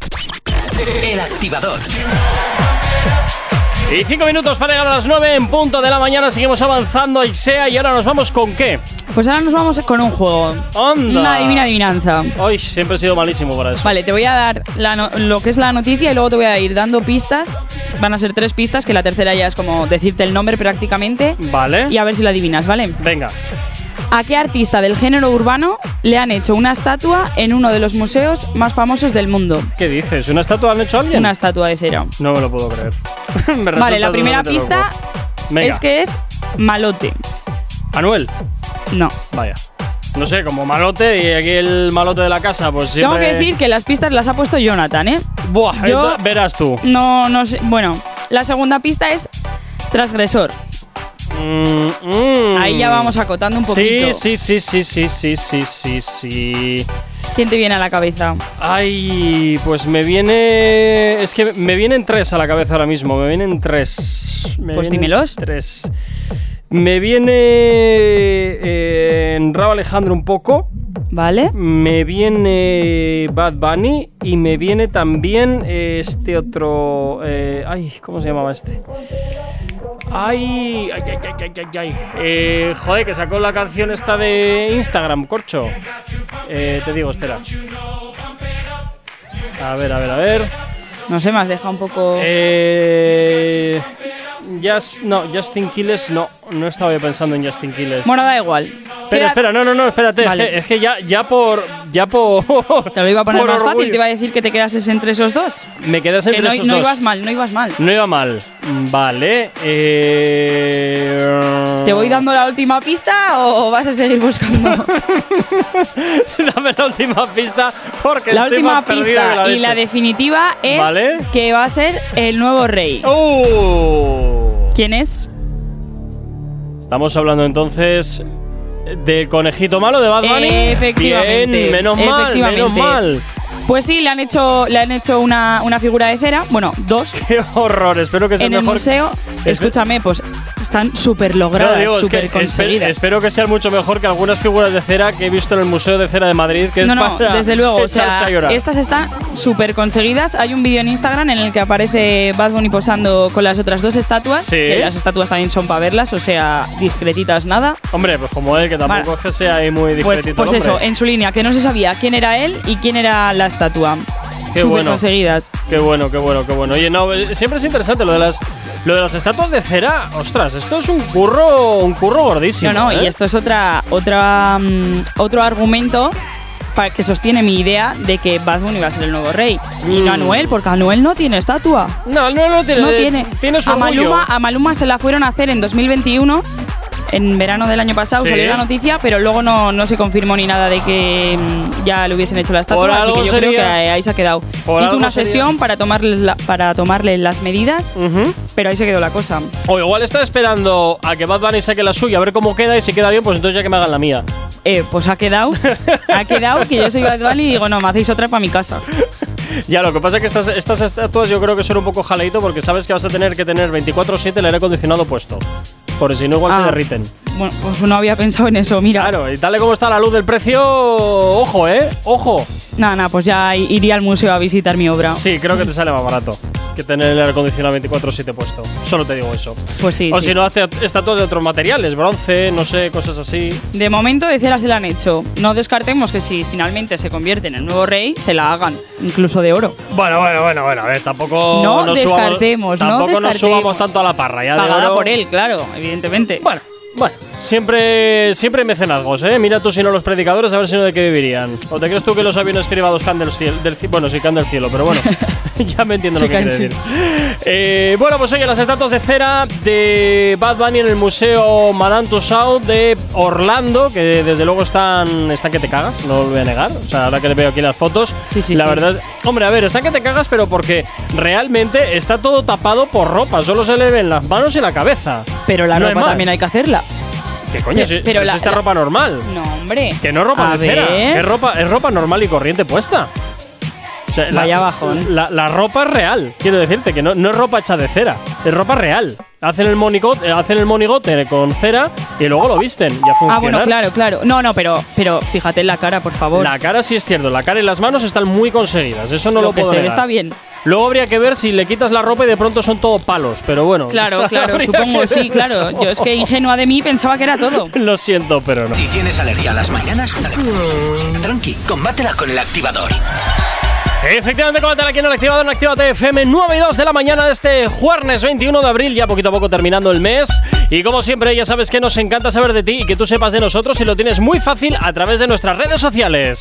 [SPEAKER 1] El activador.
[SPEAKER 2] Y 5 minutos para llegar a las 9 en punto de la mañana. Seguimos avanzando, Aixea, y ahora nos vamos con qué.
[SPEAKER 3] Pues ahora nos vamos con un juego.
[SPEAKER 2] ¡Onda!
[SPEAKER 3] Una divina adivinanza.
[SPEAKER 2] Hoy siempre he sido malísimo para eso.
[SPEAKER 3] Vale, te voy a dar la no- lo que es la noticia y luego te voy a ir dando pistas. Van a ser tres pistas, que la tercera ya es como decirte el nombre prácticamente.
[SPEAKER 2] Vale.
[SPEAKER 3] Y a ver si la adivinas, ¿vale?
[SPEAKER 2] Venga.
[SPEAKER 3] ¿A qué artista del género urbano le han hecho una estatua en uno de los museos más famosos del mundo?
[SPEAKER 2] ¿Qué dices? ¿Una estatua han hecho a alguien?
[SPEAKER 3] Una estatua de cera.
[SPEAKER 2] No me lo puedo creer. Me resulta
[SPEAKER 3] Vale, la primera
[SPEAKER 2] totalmente
[SPEAKER 3] pista
[SPEAKER 2] loco. Venga.
[SPEAKER 3] es que es malote.
[SPEAKER 2] Anuel,
[SPEAKER 3] No.
[SPEAKER 2] vaya. No sé, como malote y aquí el malote de la casa, pues
[SPEAKER 3] Tengo
[SPEAKER 2] siempre...
[SPEAKER 3] que decir que las pistas las ha puesto Jonathan, ¿eh?
[SPEAKER 2] Buah,
[SPEAKER 3] yo-
[SPEAKER 2] esta- verás tú.
[SPEAKER 3] No, no sé. Bueno, la segunda pista es transgresor.
[SPEAKER 2] Mm, mm.
[SPEAKER 3] Ahí ya vamos acotando un poquito.
[SPEAKER 2] Sí, sí, sí, sí, sí, sí, sí, sí, sí.
[SPEAKER 3] ¿Quién te viene a la cabeza?
[SPEAKER 2] Ay, pues me viene... Es que me vienen tres a la cabeza ahora mismo. Me vienen tres. Me
[SPEAKER 3] Pues
[SPEAKER 2] vienen
[SPEAKER 3] dímelos.
[SPEAKER 2] Tres. Me viene... eh, en Rabo Alejandro un poco.
[SPEAKER 3] ¿Vale?
[SPEAKER 2] Me viene Bad Bunny y me viene también eh, este otro. eh, ay, ¿cómo se llamaba este? Ay, ay, ay, ay, ay, ay, ay. Eh, joder, que sacó la canción esta de Instagram, corcho. Eh, te digo, espera. A ver, a ver, a ver.
[SPEAKER 3] No sé, me has dejado un poco.
[SPEAKER 2] Eh, Just- no, Justin Quiles, no, no estaba yo pensando en Justin Quiles.
[SPEAKER 3] Bueno, da igual.
[SPEAKER 2] Espera,
[SPEAKER 3] Queda-
[SPEAKER 2] espera, no, no, no, espérate. es
[SPEAKER 3] Vale.
[SPEAKER 2] que- Es, que, ya, ya por. Ya por.
[SPEAKER 3] Te lo iba a poner
[SPEAKER 2] por
[SPEAKER 3] más fácil,
[SPEAKER 2] orgullo.
[SPEAKER 3] te iba a decir que te quedases entre esos dos.
[SPEAKER 2] Me quedas
[SPEAKER 3] Que
[SPEAKER 2] entre
[SPEAKER 3] no,
[SPEAKER 2] esos
[SPEAKER 3] no
[SPEAKER 2] dos.
[SPEAKER 3] ibas mal, no ibas mal.
[SPEAKER 2] No iba mal. Vale. eh,
[SPEAKER 3] ¿Te voy dando la última pista o vas a seguir buscando?
[SPEAKER 2] Dame la última pista porque
[SPEAKER 3] la
[SPEAKER 2] estoy
[SPEAKER 3] última
[SPEAKER 2] más perdido que
[SPEAKER 3] pista
[SPEAKER 2] la
[SPEAKER 3] y la
[SPEAKER 2] leche.
[SPEAKER 3] definitiva es
[SPEAKER 2] Vale.
[SPEAKER 3] que va a ser el nuevo rey.
[SPEAKER 2] ¡Oh!
[SPEAKER 3] ¿Quién es?
[SPEAKER 2] Estamos hablando entonces del conejito malo de Bad Bunny.
[SPEAKER 3] Efectivamente,
[SPEAKER 2] Bien, menos mal, menos
[SPEAKER 3] efectivamente.
[SPEAKER 2] mal.
[SPEAKER 3] Pues sí, le han hecho, le han hecho una, una figura de cera, bueno, dos,
[SPEAKER 2] Qué horror, espero que sea
[SPEAKER 3] en el
[SPEAKER 2] mejor.
[SPEAKER 3] museo Escúchame, pues están súper
[SPEAKER 2] Claro,
[SPEAKER 3] logradas,
[SPEAKER 2] digo, es
[SPEAKER 3] súper
[SPEAKER 2] que espe-
[SPEAKER 3] conseguidas.
[SPEAKER 2] espero que sean mucho mejor que algunas figuras de cera que he visto en el Museo de Cera de Madrid. Que es
[SPEAKER 3] no, no,
[SPEAKER 2] para
[SPEAKER 3] desde luego. O
[SPEAKER 2] echarse
[SPEAKER 3] sea,
[SPEAKER 2] a llorar.
[SPEAKER 3] estas están súper conseguidas. Hay un vídeo en Instagram en el que aparece Bad Bunny posando con las otras dos estatuas.
[SPEAKER 2] Sí.
[SPEAKER 3] Que las estatuas también son para verlas, o sea, discretitas nada.
[SPEAKER 2] Hombre, pues como él, que tampoco
[SPEAKER 3] Vale.
[SPEAKER 2] es que sea ahí muy
[SPEAKER 3] Pues,
[SPEAKER 2] discretito.
[SPEAKER 3] pues
[SPEAKER 2] el
[SPEAKER 3] eso,
[SPEAKER 2] hombre.
[SPEAKER 3] en su línea, que no se sabía quién era él y quién era la estatua.
[SPEAKER 2] Qué
[SPEAKER 3] Súper
[SPEAKER 2] bueno.
[SPEAKER 3] conseguidas.
[SPEAKER 2] Qué bueno, qué bueno, qué bueno. Oye, no, eh, siempre es interesante lo de las lo de las estatuas de cera. Ostras, esto es un curro, un curro gordísimo.
[SPEAKER 3] No, no,
[SPEAKER 2] ¿eh?
[SPEAKER 3] y esto es otra, otra, mm, otro argumento para que sostiene mi idea de que Bad Bunny va a ser el nuevo rey. Y no
[SPEAKER 2] Mm.
[SPEAKER 3] Anuel, porque Anuel no tiene estatua.
[SPEAKER 2] No, no, no tiene.
[SPEAKER 3] No
[SPEAKER 2] eh,
[SPEAKER 3] tiene.
[SPEAKER 2] Tiene su
[SPEAKER 3] a,
[SPEAKER 2] orgullo.
[SPEAKER 3] Maluma, a Maluma se la fueron a hacer en 2021. En verano del año pasado
[SPEAKER 2] Sí.
[SPEAKER 3] salió la noticia, pero luego no, no se confirmó ni nada de que mm, ya le hubiesen hecho la
[SPEAKER 2] Por
[SPEAKER 3] estatua, así
[SPEAKER 2] algo
[SPEAKER 3] que yo creo que
[SPEAKER 2] sería.
[SPEAKER 3] ahí se ha quedado.
[SPEAKER 2] Por algo
[SPEAKER 3] Hizo una
[SPEAKER 2] sería.
[SPEAKER 3] sesión para tomarle, la- para tomarle las medidas,
[SPEAKER 2] Ujú.
[SPEAKER 3] pero ahí se quedó la cosa.
[SPEAKER 2] O igual está esperando a que Bad Bunny saque la suya, a ver cómo queda y si queda bien, pues entonces ya que me hagan la mía.
[SPEAKER 3] Eh, pues ha quedado, ha quedado que yo soy Bad Bunny y digo, no, me hacéis otra para mi casa.
[SPEAKER 2] Ya, lo que pasa es que estas, estas estatuas yo creo que son un poco jaleito porque sabes que vas a tener que tener 24-7 el aire acondicionado puesto. Por si no, igual se
[SPEAKER 3] Ah.
[SPEAKER 2] derriten.
[SPEAKER 3] Bueno, pues no había pensado en eso, mira.
[SPEAKER 2] Claro, y tal y como está la luz del precio, ojo, ¿eh? Ojo.
[SPEAKER 3] Nada, nada, pues ya i- iría al museo a visitar mi obra.
[SPEAKER 2] Sí, creo que te sale más barato que tener el aire acondicionado 24-7 puesto. Solo te digo eso.
[SPEAKER 3] Pues sí.
[SPEAKER 2] o
[SPEAKER 3] sí.
[SPEAKER 2] si no, hace estatuas de otros materiales, bronce, no sé, cosas así.
[SPEAKER 3] De momento de cera se la han hecho. No descartemos que si finalmente se convierte en el nuevo rey, se la hagan, incluso de oro.
[SPEAKER 2] Bueno, bueno, bueno, bueno, a ver, tampoco.
[SPEAKER 3] No
[SPEAKER 2] nos
[SPEAKER 3] descartemos, no
[SPEAKER 2] subamos, Tampoco nos
[SPEAKER 3] descartemos.
[SPEAKER 2] subamos tanto a la parra, ya de
[SPEAKER 3] Pagada
[SPEAKER 2] oro-
[SPEAKER 3] por él, claro, evidentemente.
[SPEAKER 2] Bueno, bueno, siempre, siempre hay mecenazgos, ¿eh? Mira tú si no los predicadores, a ver si no de qué vivirían. ¿O te crees tú que los aviones privados caen del cielo? bueno, sí caen del cielo, pero bueno, ya me entiendo
[SPEAKER 3] Sí,
[SPEAKER 2] lo que
[SPEAKER 3] caen,
[SPEAKER 2] quiere
[SPEAKER 3] sí.
[SPEAKER 2] decir. Eh, bueno, pues oye, las estatuas de cera de Bad Bunny en el Museo Madame Tussauds de Orlando, que desde luego están, están que te cagas, no lo voy a negar. O sea, ahora que te veo aquí las fotos,
[SPEAKER 3] Sí, sí,
[SPEAKER 2] la
[SPEAKER 3] sí.
[SPEAKER 2] verdad, es- hombre, a ver, están que te cagas, pero porque realmente está todo tapado por ropa, solo se le ven las manos y la cabeza.
[SPEAKER 3] Pero la
[SPEAKER 2] No hay
[SPEAKER 3] ropa
[SPEAKER 2] más.
[SPEAKER 3] también hay que hacerla.
[SPEAKER 2] ¿Qué coño?
[SPEAKER 3] Pe-
[SPEAKER 2] Si-
[SPEAKER 3] pero
[SPEAKER 2] si
[SPEAKER 3] la-
[SPEAKER 2] esta
[SPEAKER 3] la-
[SPEAKER 2] ropa normal.
[SPEAKER 3] No, hombre.
[SPEAKER 2] Que no es ropa
[SPEAKER 3] A
[SPEAKER 2] de cera.
[SPEAKER 3] ver.
[SPEAKER 2] Es ropa, es ropa normal y corriente puesta. O sea,
[SPEAKER 3] Vaya bajón.
[SPEAKER 2] La, la ropa es real. Quiero decirte que no, no es ropa hecha de cera. Es ropa real. Hacen el, monigote, eh, hacen el monigote con cera y luego lo visten. Ya funciona.
[SPEAKER 3] Ah, bueno, claro, claro. No, no, pero, pero fíjate en la cara, por favor.
[SPEAKER 2] La cara sí es cierto. La cara y las manos están muy conseguidas. Eso no lo,
[SPEAKER 3] lo que
[SPEAKER 2] puedo
[SPEAKER 3] se ve
[SPEAKER 2] negar.
[SPEAKER 3] está bien.
[SPEAKER 2] Luego habría que ver si le quitas la ropa y de pronto son todo palos. Pero bueno.
[SPEAKER 3] Claro, claro,
[SPEAKER 2] habría
[SPEAKER 3] supongo,
[SPEAKER 2] que
[SPEAKER 3] sí,
[SPEAKER 2] ver
[SPEAKER 3] claro.
[SPEAKER 2] eso.
[SPEAKER 3] Yo es que ingenua de mí pensaba que era todo.
[SPEAKER 2] Lo siento, pero no.
[SPEAKER 1] Si tienes alergia a las mañanas, tranqui, combátela con el activador.
[SPEAKER 2] Efectivamente, coméntala aquí en el activador en Actívate FM 9 y 2 de la mañana de este jueves 21 de abril, ya poquito a poco terminando el mes. Y como siempre, ya sabes que nos encanta saber de ti y que tú sepas de nosotros y lo tienes muy fácil a través de nuestras redes sociales.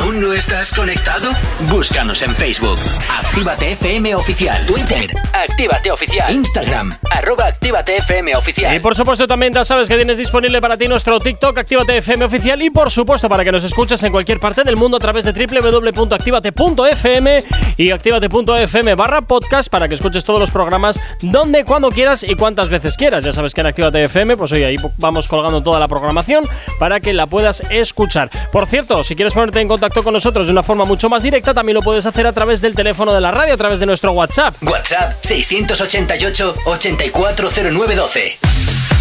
[SPEAKER 1] ¿Aún no estás conectado? Búscanos en Facebook. Actívate FM Oficial. Twitter. Actívate Oficial. Instagram. Arroba Actívate FM Oficial.
[SPEAKER 2] Y por supuesto también ya sabes que tienes disponible para ti nuestro TikTok Actívate FM oficial y por supuesto para que nos escuches en cualquier parte del mundo a través de www.activate.fm y activate.fm barra podcast para que escuches todos los programas donde, cuando quieras y cuantas veces quieras. Ya sabes que en Actívate FM pues oye, ahí po- vamos colgando toda la programación para que la puedas escuchar. Por cierto, si quieres ponerte en contacto con nosotros de una forma mucho más directa también lo puedes hacer a través del teléfono de la radio, a través de nuestro WhatsApp.
[SPEAKER 1] WhatsApp 688 840912.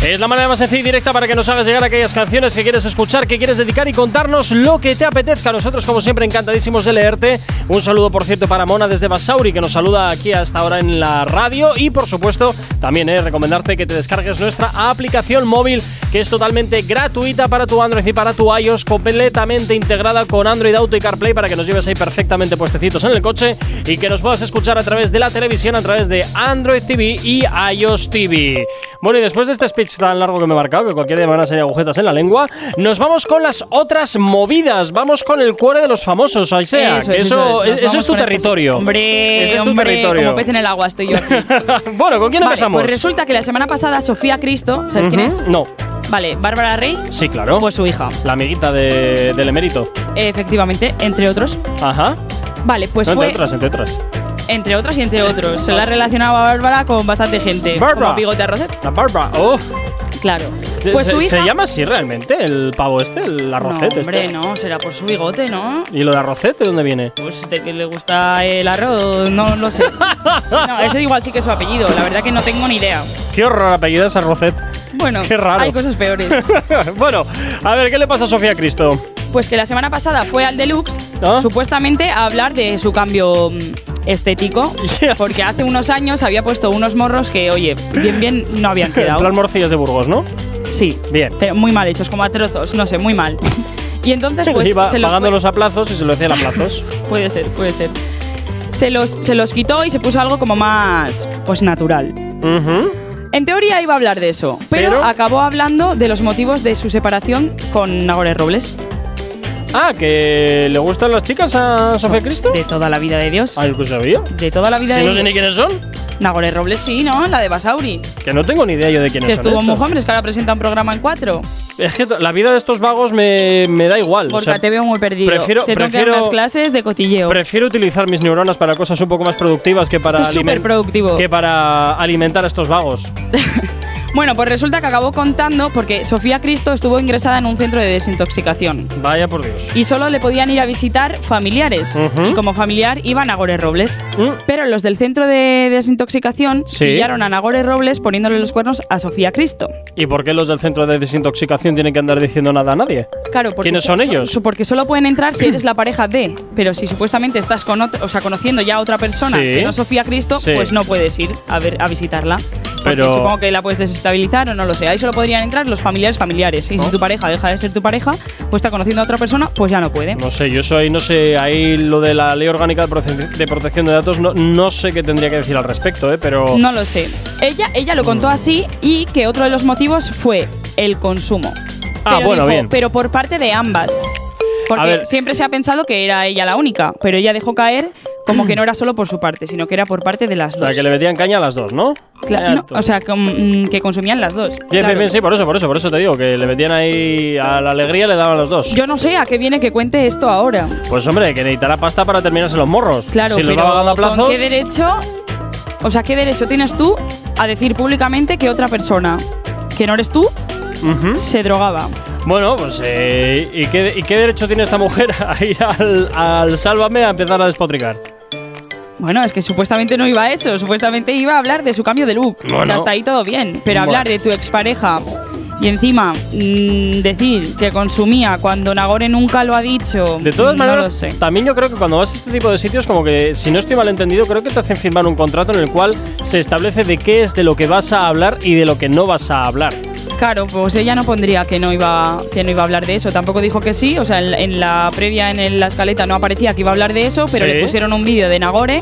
[SPEAKER 2] Es la manera más sencilla y directa para que nos hagas llegar aquellas canciones que quieres escuchar, que quieres dedicar y contarnos lo que te apetezca. Nosotros, como siempre, encantadísimos de leerte. Un saludo, por cierto, para Mona desde Basauri, que nos saluda aquí hasta ahora en la radio. Y, por supuesto, también eh, recomendarte que te descargues nuestra aplicación móvil, que es totalmente gratuita para tu Android y para tu iOS, completamente integrada con Android Auto y CarPlay para que nos lleves ahí perfectamente puestecitos en el coche y que nos puedas escuchar a través de la televisión, a través de Android TV y iOS TV. Bueno, y después de este speech tan largo que me he marcado, que cualquier día me van a salir agujetas en la lengua, nos vamos con las otras movidas. Vamos con el cuore de los famosos, Aisea.
[SPEAKER 3] Eso
[SPEAKER 2] que
[SPEAKER 3] es, eso es. Nos
[SPEAKER 2] eso es
[SPEAKER 3] vamos
[SPEAKER 2] tu
[SPEAKER 3] con estas-
[SPEAKER 2] territorio.
[SPEAKER 3] Hombre,
[SPEAKER 2] Ese es tu
[SPEAKER 3] hombre,
[SPEAKER 2] territorio.
[SPEAKER 3] como pez en el agua estoy yo aquí.
[SPEAKER 2] bueno, ¿con quién
[SPEAKER 3] Vale,
[SPEAKER 2] empezamos?
[SPEAKER 3] pues resulta que la semana pasada Sofía Cristo, ¿sabes quién es?
[SPEAKER 2] No,
[SPEAKER 3] Vale, Bárbara Rey,
[SPEAKER 2] sí, claro.
[SPEAKER 3] pues su hija,
[SPEAKER 2] la amiguita de- del emérito.
[SPEAKER 3] efectivamente, entre otros.
[SPEAKER 2] Ajá.
[SPEAKER 3] Vale, pues
[SPEAKER 2] No, entre
[SPEAKER 3] fue
[SPEAKER 2] otras, entre otras.
[SPEAKER 3] entre otras y entre otros. Se la relacionaba Bárbara con bastante gente.
[SPEAKER 2] Bárbara.
[SPEAKER 3] Como Bigote Arrocer.
[SPEAKER 2] La Bárbara. Oh,
[SPEAKER 3] Claro.
[SPEAKER 2] ¿Se-
[SPEAKER 3] Pues su
[SPEAKER 2] se,
[SPEAKER 3] hija.
[SPEAKER 2] se llama así realmente el pavo este, el arrocete?
[SPEAKER 3] no, hombre,
[SPEAKER 2] este?
[SPEAKER 3] no, será por su bigote, ¿no?
[SPEAKER 2] ¿Y lo de arrocete dónde viene?
[SPEAKER 3] Pues de que le gusta el arroz, no lo sé. No, ese igual sí que es su apellido, la verdad que no tengo ni idea.
[SPEAKER 2] Qué horror apellido es arrocete.
[SPEAKER 3] Bueno,
[SPEAKER 2] Qué raro.
[SPEAKER 3] hay cosas peores.
[SPEAKER 2] bueno, a ver, ¿qué le pasa a Sofía Cristo?
[SPEAKER 3] Pues que la semana pasada fue al Deluxe,
[SPEAKER 2] Ah.
[SPEAKER 3] supuestamente a hablar de su cambio mm, estético,
[SPEAKER 2] Yeah.
[SPEAKER 3] porque hace unos años había puesto unos morros que, oye, bien bien no habían
[SPEAKER 2] En plan
[SPEAKER 3] quedado.
[SPEAKER 2] morcillas de Burgos, ¿no?
[SPEAKER 3] Sí,
[SPEAKER 2] Bien.
[SPEAKER 3] pero muy mal hechos, como a trozos, no sé, muy mal. Y entonces pues
[SPEAKER 2] Iba
[SPEAKER 3] se los
[SPEAKER 2] pagando
[SPEAKER 3] fue-
[SPEAKER 2] los aplazos y se lo decía a plazos.
[SPEAKER 3] puede ser, puede ser. Se los, se los quitó y se puso algo como más pues natural. En teoría iba a hablar de eso, pero,
[SPEAKER 2] Pero-
[SPEAKER 3] acabó hablando de los motivos de su separación con Nagore Robles.
[SPEAKER 2] Ah, ¿que le gustan las chicas a Sofía Cristo?
[SPEAKER 3] De toda la vida de Dios.
[SPEAKER 2] Ay, pues sabía.
[SPEAKER 3] De toda la vida
[SPEAKER 2] Si
[SPEAKER 3] de
[SPEAKER 2] no sé
[SPEAKER 3] Dios.
[SPEAKER 2] ni quiénes son.
[SPEAKER 3] Nagore Robles sí, ¿no? La de Basauri.
[SPEAKER 2] Que no tengo ni idea yo de quiénes
[SPEAKER 3] Que
[SPEAKER 2] son.
[SPEAKER 3] estuvo en
[SPEAKER 2] estos.
[SPEAKER 3] Mujeres, que ahora presenta un programa en cuatro.
[SPEAKER 2] Es que la vida de estos vagos me, me da igual. o
[SPEAKER 3] Porque
[SPEAKER 2] sea,
[SPEAKER 3] te veo muy perdido.
[SPEAKER 2] prefiero-
[SPEAKER 3] te tengo que
[SPEAKER 2] prefiero-
[SPEAKER 3] dar unas clases de cotilleo.
[SPEAKER 2] Prefiero utilizar mis neuronas para cosas un poco más productivas que para,
[SPEAKER 3] Esto es
[SPEAKER 2] alimen-
[SPEAKER 3] superproductivo.
[SPEAKER 2] que para alimentar a estos vagos.
[SPEAKER 3] Bueno, pues resulta que acabó contando porque Sofía Cristo estuvo ingresada en un centro de desintoxicación.
[SPEAKER 2] Vaya por Dios.
[SPEAKER 3] Y solo le podían ir a visitar familiares.
[SPEAKER 2] Ujú.
[SPEAKER 3] Y como familiar iba Nagore Robles.
[SPEAKER 2] Mm.
[SPEAKER 3] Pero los del centro de desintoxicación
[SPEAKER 2] Sí.
[SPEAKER 3] pillaron a Nagore Robles poniéndole los cuernos a Sofía Cristo.
[SPEAKER 2] ¿Y por qué los del centro de desintoxicación tienen que andar diciendo nada a nadie?
[SPEAKER 3] Claro, porque
[SPEAKER 2] ¿Quiénes
[SPEAKER 3] so-
[SPEAKER 2] son
[SPEAKER 3] so-
[SPEAKER 2] ellos?
[SPEAKER 3] so- porque solo pueden entrar si eres la pareja de. Pero si supuestamente estás con ot- o sea, conociendo ya a otra persona
[SPEAKER 2] Sí.
[SPEAKER 3] que no es Sofía Cristo,
[SPEAKER 2] Sí.
[SPEAKER 3] pues no puedes ir a ver a visitarla. Porque
[SPEAKER 2] Pero-
[SPEAKER 3] supongo que la puedes desestabilizar o no lo sé. Ahí solo podrían entrar los familiares familiares. Y si tu pareja deja de ser tu pareja, pues está conociendo a otra persona, pues ya no puede.
[SPEAKER 2] No sé, yo soy, no sé, ahí lo de la ley orgánica de proce- de protección de datos, no, no sé qué tendría que decir al respecto, ¿eh? pero...
[SPEAKER 3] No lo sé. Ella, ella lo
[SPEAKER 2] Mm.
[SPEAKER 3] contó así y que otro de los motivos fue el consumo.
[SPEAKER 2] Ah,
[SPEAKER 3] Pero
[SPEAKER 2] bueno,
[SPEAKER 3] dijo,
[SPEAKER 2] bien.
[SPEAKER 3] Pero por parte de ambas.
[SPEAKER 2] A
[SPEAKER 3] Porque
[SPEAKER 2] ver.
[SPEAKER 3] siempre se ha pensado que era ella la única, pero ella dejó caer como que no era solo por su parte, sino que era por parte de las
[SPEAKER 2] O sea,
[SPEAKER 3] dos.
[SPEAKER 2] que le metían caña a las dos, ¿no?
[SPEAKER 3] Cla- no,
[SPEAKER 2] Exacto.
[SPEAKER 3] o sea, com- mm, que consumían las dos.
[SPEAKER 2] Bien,
[SPEAKER 3] claro.
[SPEAKER 2] bien, bien, sí, por eso, por eso, por eso te digo, que le metían ahí a la alegría le daban los dos.
[SPEAKER 3] Yo no sé a qué viene que cuente esto ahora.
[SPEAKER 2] Pues hombre, que necesitará pasta para terminarse los morros.
[SPEAKER 3] Claro,
[SPEAKER 2] si los
[SPEAKER 3] pero
[SPEAKER 2] va pagando a plazos,
[SPEAKER 3] ¿con qué derecho? O sea, ¿qué derecho tienes tú a decir públicamente que otra persona, que no eres tú,
[SPEAKER 2] Ujú.
[SPEAKER 3] se drogaba?
[SPEAKER 2] Bueno, pues eh, ¿y, qué, y qué derecho tiene esta mujer a ir al, al Sálvame a empezar a despotricar?
[SPEAKER 3] Bueno, es que supuestamente no iba a eso, supuestamente iba a hablar de su cambio de look.
[SPEAKER 2] Bueno.
[SPEAKER 3] Y Hasta ahí todo bien, pero
[SPEAKER 2] Bueno.
[SPEAKER 3] hablar de tu expareja y encima mm, decir que consumía cuando Nagore nunca lo ha dicho. mm,
[SPEAKER 2] De todas
[SPEAKER 3] no
[SPEAKER 2] maneras,
[SPEAKER 3] lo sé.
[SPEAKER 2] también yo creo que cuando vas a este tipo de sitios, como que si no estoy mal entendido, creo que te hacen firmar un contrato en el cual se establece de qué es de lo que vas a hablar y de lo que no vas a hablar.
[SPEAKER 3] Claro, pues ella no pondría que no iba que no iba a hablar de eso. Tampoco dijo que sí, o sea, en, en la previa en el- la escaleta no aparecía que iba a hablar de eso, pero
[SPEAKER 2] Sí.
[SPEAKER 3] le pusieron un vídeo de Nagore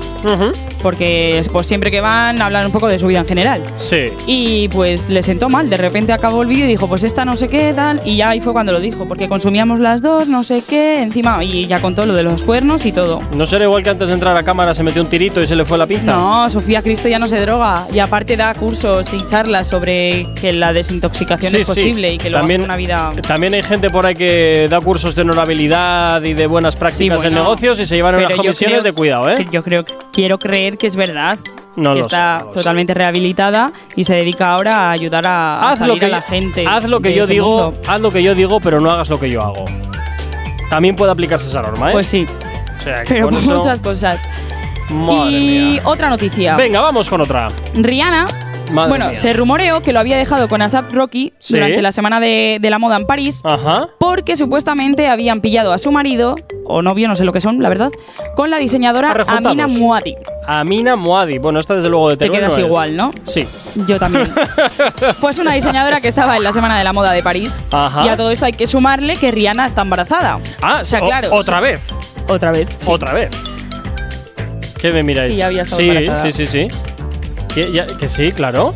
[SPEAKER 3] porque pues siempre que van hablan un poco de su vida en general.
[SPEAKER 2] Sí.
[SPEAKER 3] Y pues le sentó mal, de repente acabó el vídeo y dijo, pues esta no sé qué, tal, y ya ahí fue cuando lo dijo, porque consumíamos las dos, no sé qué, encima, y ya contó lo de los cuernos y todo.
[SPEAKER 2] ¿No será igual que antes de entrar a cámara se metió un tirito y se le fue la pinza?
[SPEAKER 3] No, Sofía Cristo ya no se droga, y aparte da cursos y charlas sobre que la desintoxicación
[SPEAKER 2] Sí,
[SPEAKER 3] es
[SPEAKER 2] sí.
[SPEAKER 3] posible y que lo
[SPEAKER 2] También-
[SPEAKER 3] hace una vida...
[SPEAKER 2] También hay gente por ahí que da cursos de honorabilidad y de buenas prácticas en
[SPEAKER 3] bueno,
[SPEAKER 2] negocios y se llevan
[SPEAKER 3] pero
[SPEAKER 2] unas
[SPEAKER 3] yo
[SPEAKER 2] comisiones
[SPEAKER 3] creo
[SPEAKER 2] de cuidado, ¿eh?
[SPEAKER 3] que Yo creo, quiero creer que es verdad.
[SPEAKER 2] No
[SPEAKER 3] que
[SPEAKER 2] lo sé,
[SPEAKER 3] está
[SPEAKER 2] no lo sé.
[SPEAKER 3] totalmente rehabilitada y se dedica ahora a ayudar a, a salir a la gente.
[SPEAKER 2] Haz lo que
[SPEAKER 3] de
[SPEAKER 2] yo
[SPEAKER 3] ese
[SPEAKER 2] digo,
[SPEAKER 3] mundo.
[SPEAKER 2] haz lo que yo digo, pero no hagas lo que yo hago. También puede aplicarse esa norma, ¿eh?
[SPEAKER 3] Pues sí,
[SPEAKER 2] O sea, que
[SPEAKER 3] pero
[SPEAKER 2] con eso-
[SPEAKER 3] muchas cosas.
[SPEAKER 2] Madre
[SPEAKER 3] y
[SPEAKER 2] mía.
[SPEAKER 3] otra noticia.
[SPEAKER 2] Venga, vamos con otra.
[SPEAKER 3] Rihanna.
[SPEAKER 2] Madre
[SPEAKER 3] bueno,
[SPEAKER 2] mía.
[SPEAKER 3] se rumoreó que lo había dejado con ASAP Rocky
[SPEAKER 2] Sí. Ah.
[SPEAKER 3] durante la semana de, de la moda en París.
[SPEAKER 2] Ajá.
[SPEAKER 3] Porque supuestamente habían pillado a su marido, o novio, no sé lo que son, la verdad, con la
[SPEAKER 2] Ah,
[SPEAKER 3] diseñadora
[SPEAKER 2] rejuntados.
[SPEAKER 3] Amina Muadi.
[SPEAKER 2] Amina Moadi. Bueno, esta desde luego de
[SPEAKER 3] Te
[SPEAKER 2] Teruel
[SPEAKER 3] quedas
[SPEAKER 2] no es.
[SPEAKER 3] igual, ¿no?
[SPEAKER 2] Sí.
[SPEAKER 3] Yo también. pues una diseñadora que estaba en la semana de la moda de París.
[SPEAKER 2] Ajá.
[SPEAKER 3] Y a todo esto hay que sumarle que Rihanna está embarazada.
[SPEAKER 2] Ah,
[SPEAKER 3] o sea,
[SPEAKER 2] o-
[SPEAKER 3] claro.
[SPEAKER 2] Otra vez.
[SPEAKER 3] Otra vez. sí.
[SPEAKER 2] Otra vez. ¿Qué me miráis?
[SPEAKER 3] Sí, ya había estado
[SPEAKER 2] sí,
[SPEAKER 3] embarazada.
[SPEAKER 2] sí, sí, sí. Que, ya- que sí, claro.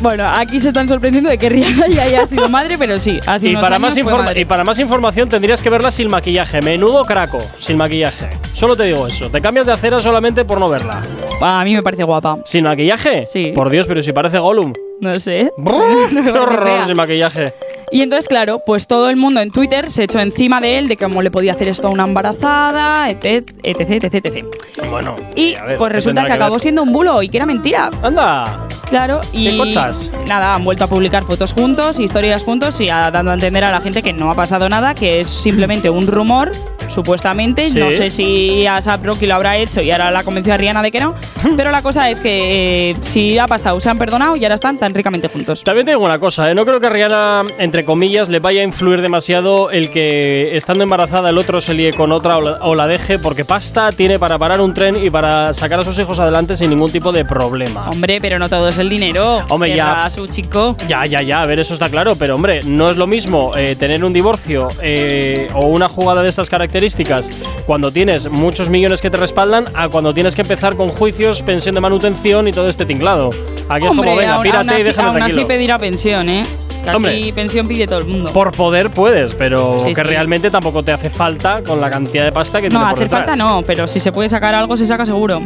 [SPEAKER 3] Bueno, aquí se están sorprendiendo de que Rihanna ya haya sido madre, pero sí, hace
[SPEAKER 2] Y
[SPEAKER 3] unos
[SPEAKER 2] para,
[SPEAKER 3] años
[SPEAKER 2] más
[SPEAKER 3] fue
[SPEAKER 2] informa-
[SPEAKER 3] madre.
[SPEAKER 2] y para más información tendrías que verla sin maquillaje. Menudo craco, sin maquillaje. Solo te digo eso. Te cambias de acera solamente por no verla.
[SPEAKER 3] A mí me parece guapa.
[SPEAKER 2] ¿Sin maquillaje?
[SPEAKER 3] Sí.
[SPEAKER 2] Por Dios, pero si parece Gollum.
[SPEAKER 3] No sé.
[SPEAKER 2] ¡Brr!
[SPEAKER 3] No me
[SPEAKER 2] ¡Qué horror
[SPEAKER 3] parece fea.
[SPEAKER 2] sin maquillaje!
[SPEAKER 3] Y entonces, claro, pues todo el mundo en Twitter se echó encima de él, de cómo le podía hacer esto a una embarazada, etc, etc, etc, etc.
[SPEAKER 2] Bueno.
[SPEAKER 3] Y
[SPEAKER 2] Eh, a ver,
[SPEAKER 3] pues
[SPEAKER 2] ¿qué
[SPEAKER 3] resulta
[SPEAKER 2] tendrá
[SPEAKER 3] que acabó
[SPEAKER 2] ver?
[SPEAKER 3] siendo un bulo y que era mentira.
[SPEAKER 2] ¡Anda!
[SPEAKER 3] Claro, y
[SPEAKER 2] ¿Qué cosas?
[SPEAKER 3] nada, han vuelto a publicar fotos juntos, historias juntos y a- dando a entender a la gente que no ha pasado nada, que es simplemente un rumor, supuestamente.
[SPEAKER 2] Sí.
[SPEAKER 3] No sé si a Sap Rocky lo habrá hecho y ahora la convenció a Rihanna de que no. pero la cosa es que eh, si ha pasado, se han perdonado y ahora están tan ricamente juntos.
[SPEAKER 2] También te digo una cosa, ¿eh? no creo que a Rihanna, entre comillas, le vaya a influir demasiado el que estando embarazada el otro se líe con otra o la, o la deje, porque pasta tiene para parar un tren y para sacar a sus hijos adelante sin ningún tipo de problema.
[SPEAKER 3] Hombre, pero no todo es el dinero.
[SPEAKER 2] Hombre, ya.
[SPEAKER 3] Querrá A su chico.
[SPEAKER 2] Ya, ya, ya, a ver, eso está claro, pero hombre, no es lo mismo eh, tener un divorcio eh, o una jugada de estas características cuando tienes muchos millones que te respaldan a cuando tienes que empezar con juicios, pensión de manutención y todo este tinglado. Aquí es como,
[SPEAKER 3] Hombre,
[SPEAKER 2] venga,
[SPEAKER 3] aún-
[SPEAKER 2] pírate
[SPEAKER 3] aún
[SPEAKER 2] y
[SPEAKER 3] así-
[SPEAKER 2] déjame
[SPEAKER 3] aún así
[SPEAKER 2] tranquilo.
[SPEAKER 3] pedirá pensión, ¿eh? Que aquí
[SPEAKER 2] Hombre.
[SPEAKER 3] pensión pide todo el mundo.
[SPEAKER 2] Por poder puedes, pero
[SPEAKER 3] Sí,
[SPEAKER 2] que
[SPEAKER 3] sí.
[SPEAKER 2] realmente tampoco te hace falta con la cantidad de pasta que
[SPEAKER 3] no,
[SPEAKER 2] tiene por
[SPEAKER 3] hacer
[SPEAKER 2] detrás.
[SPEAKER 3] falta no, pero si se puede sacar algo, se saca seguro.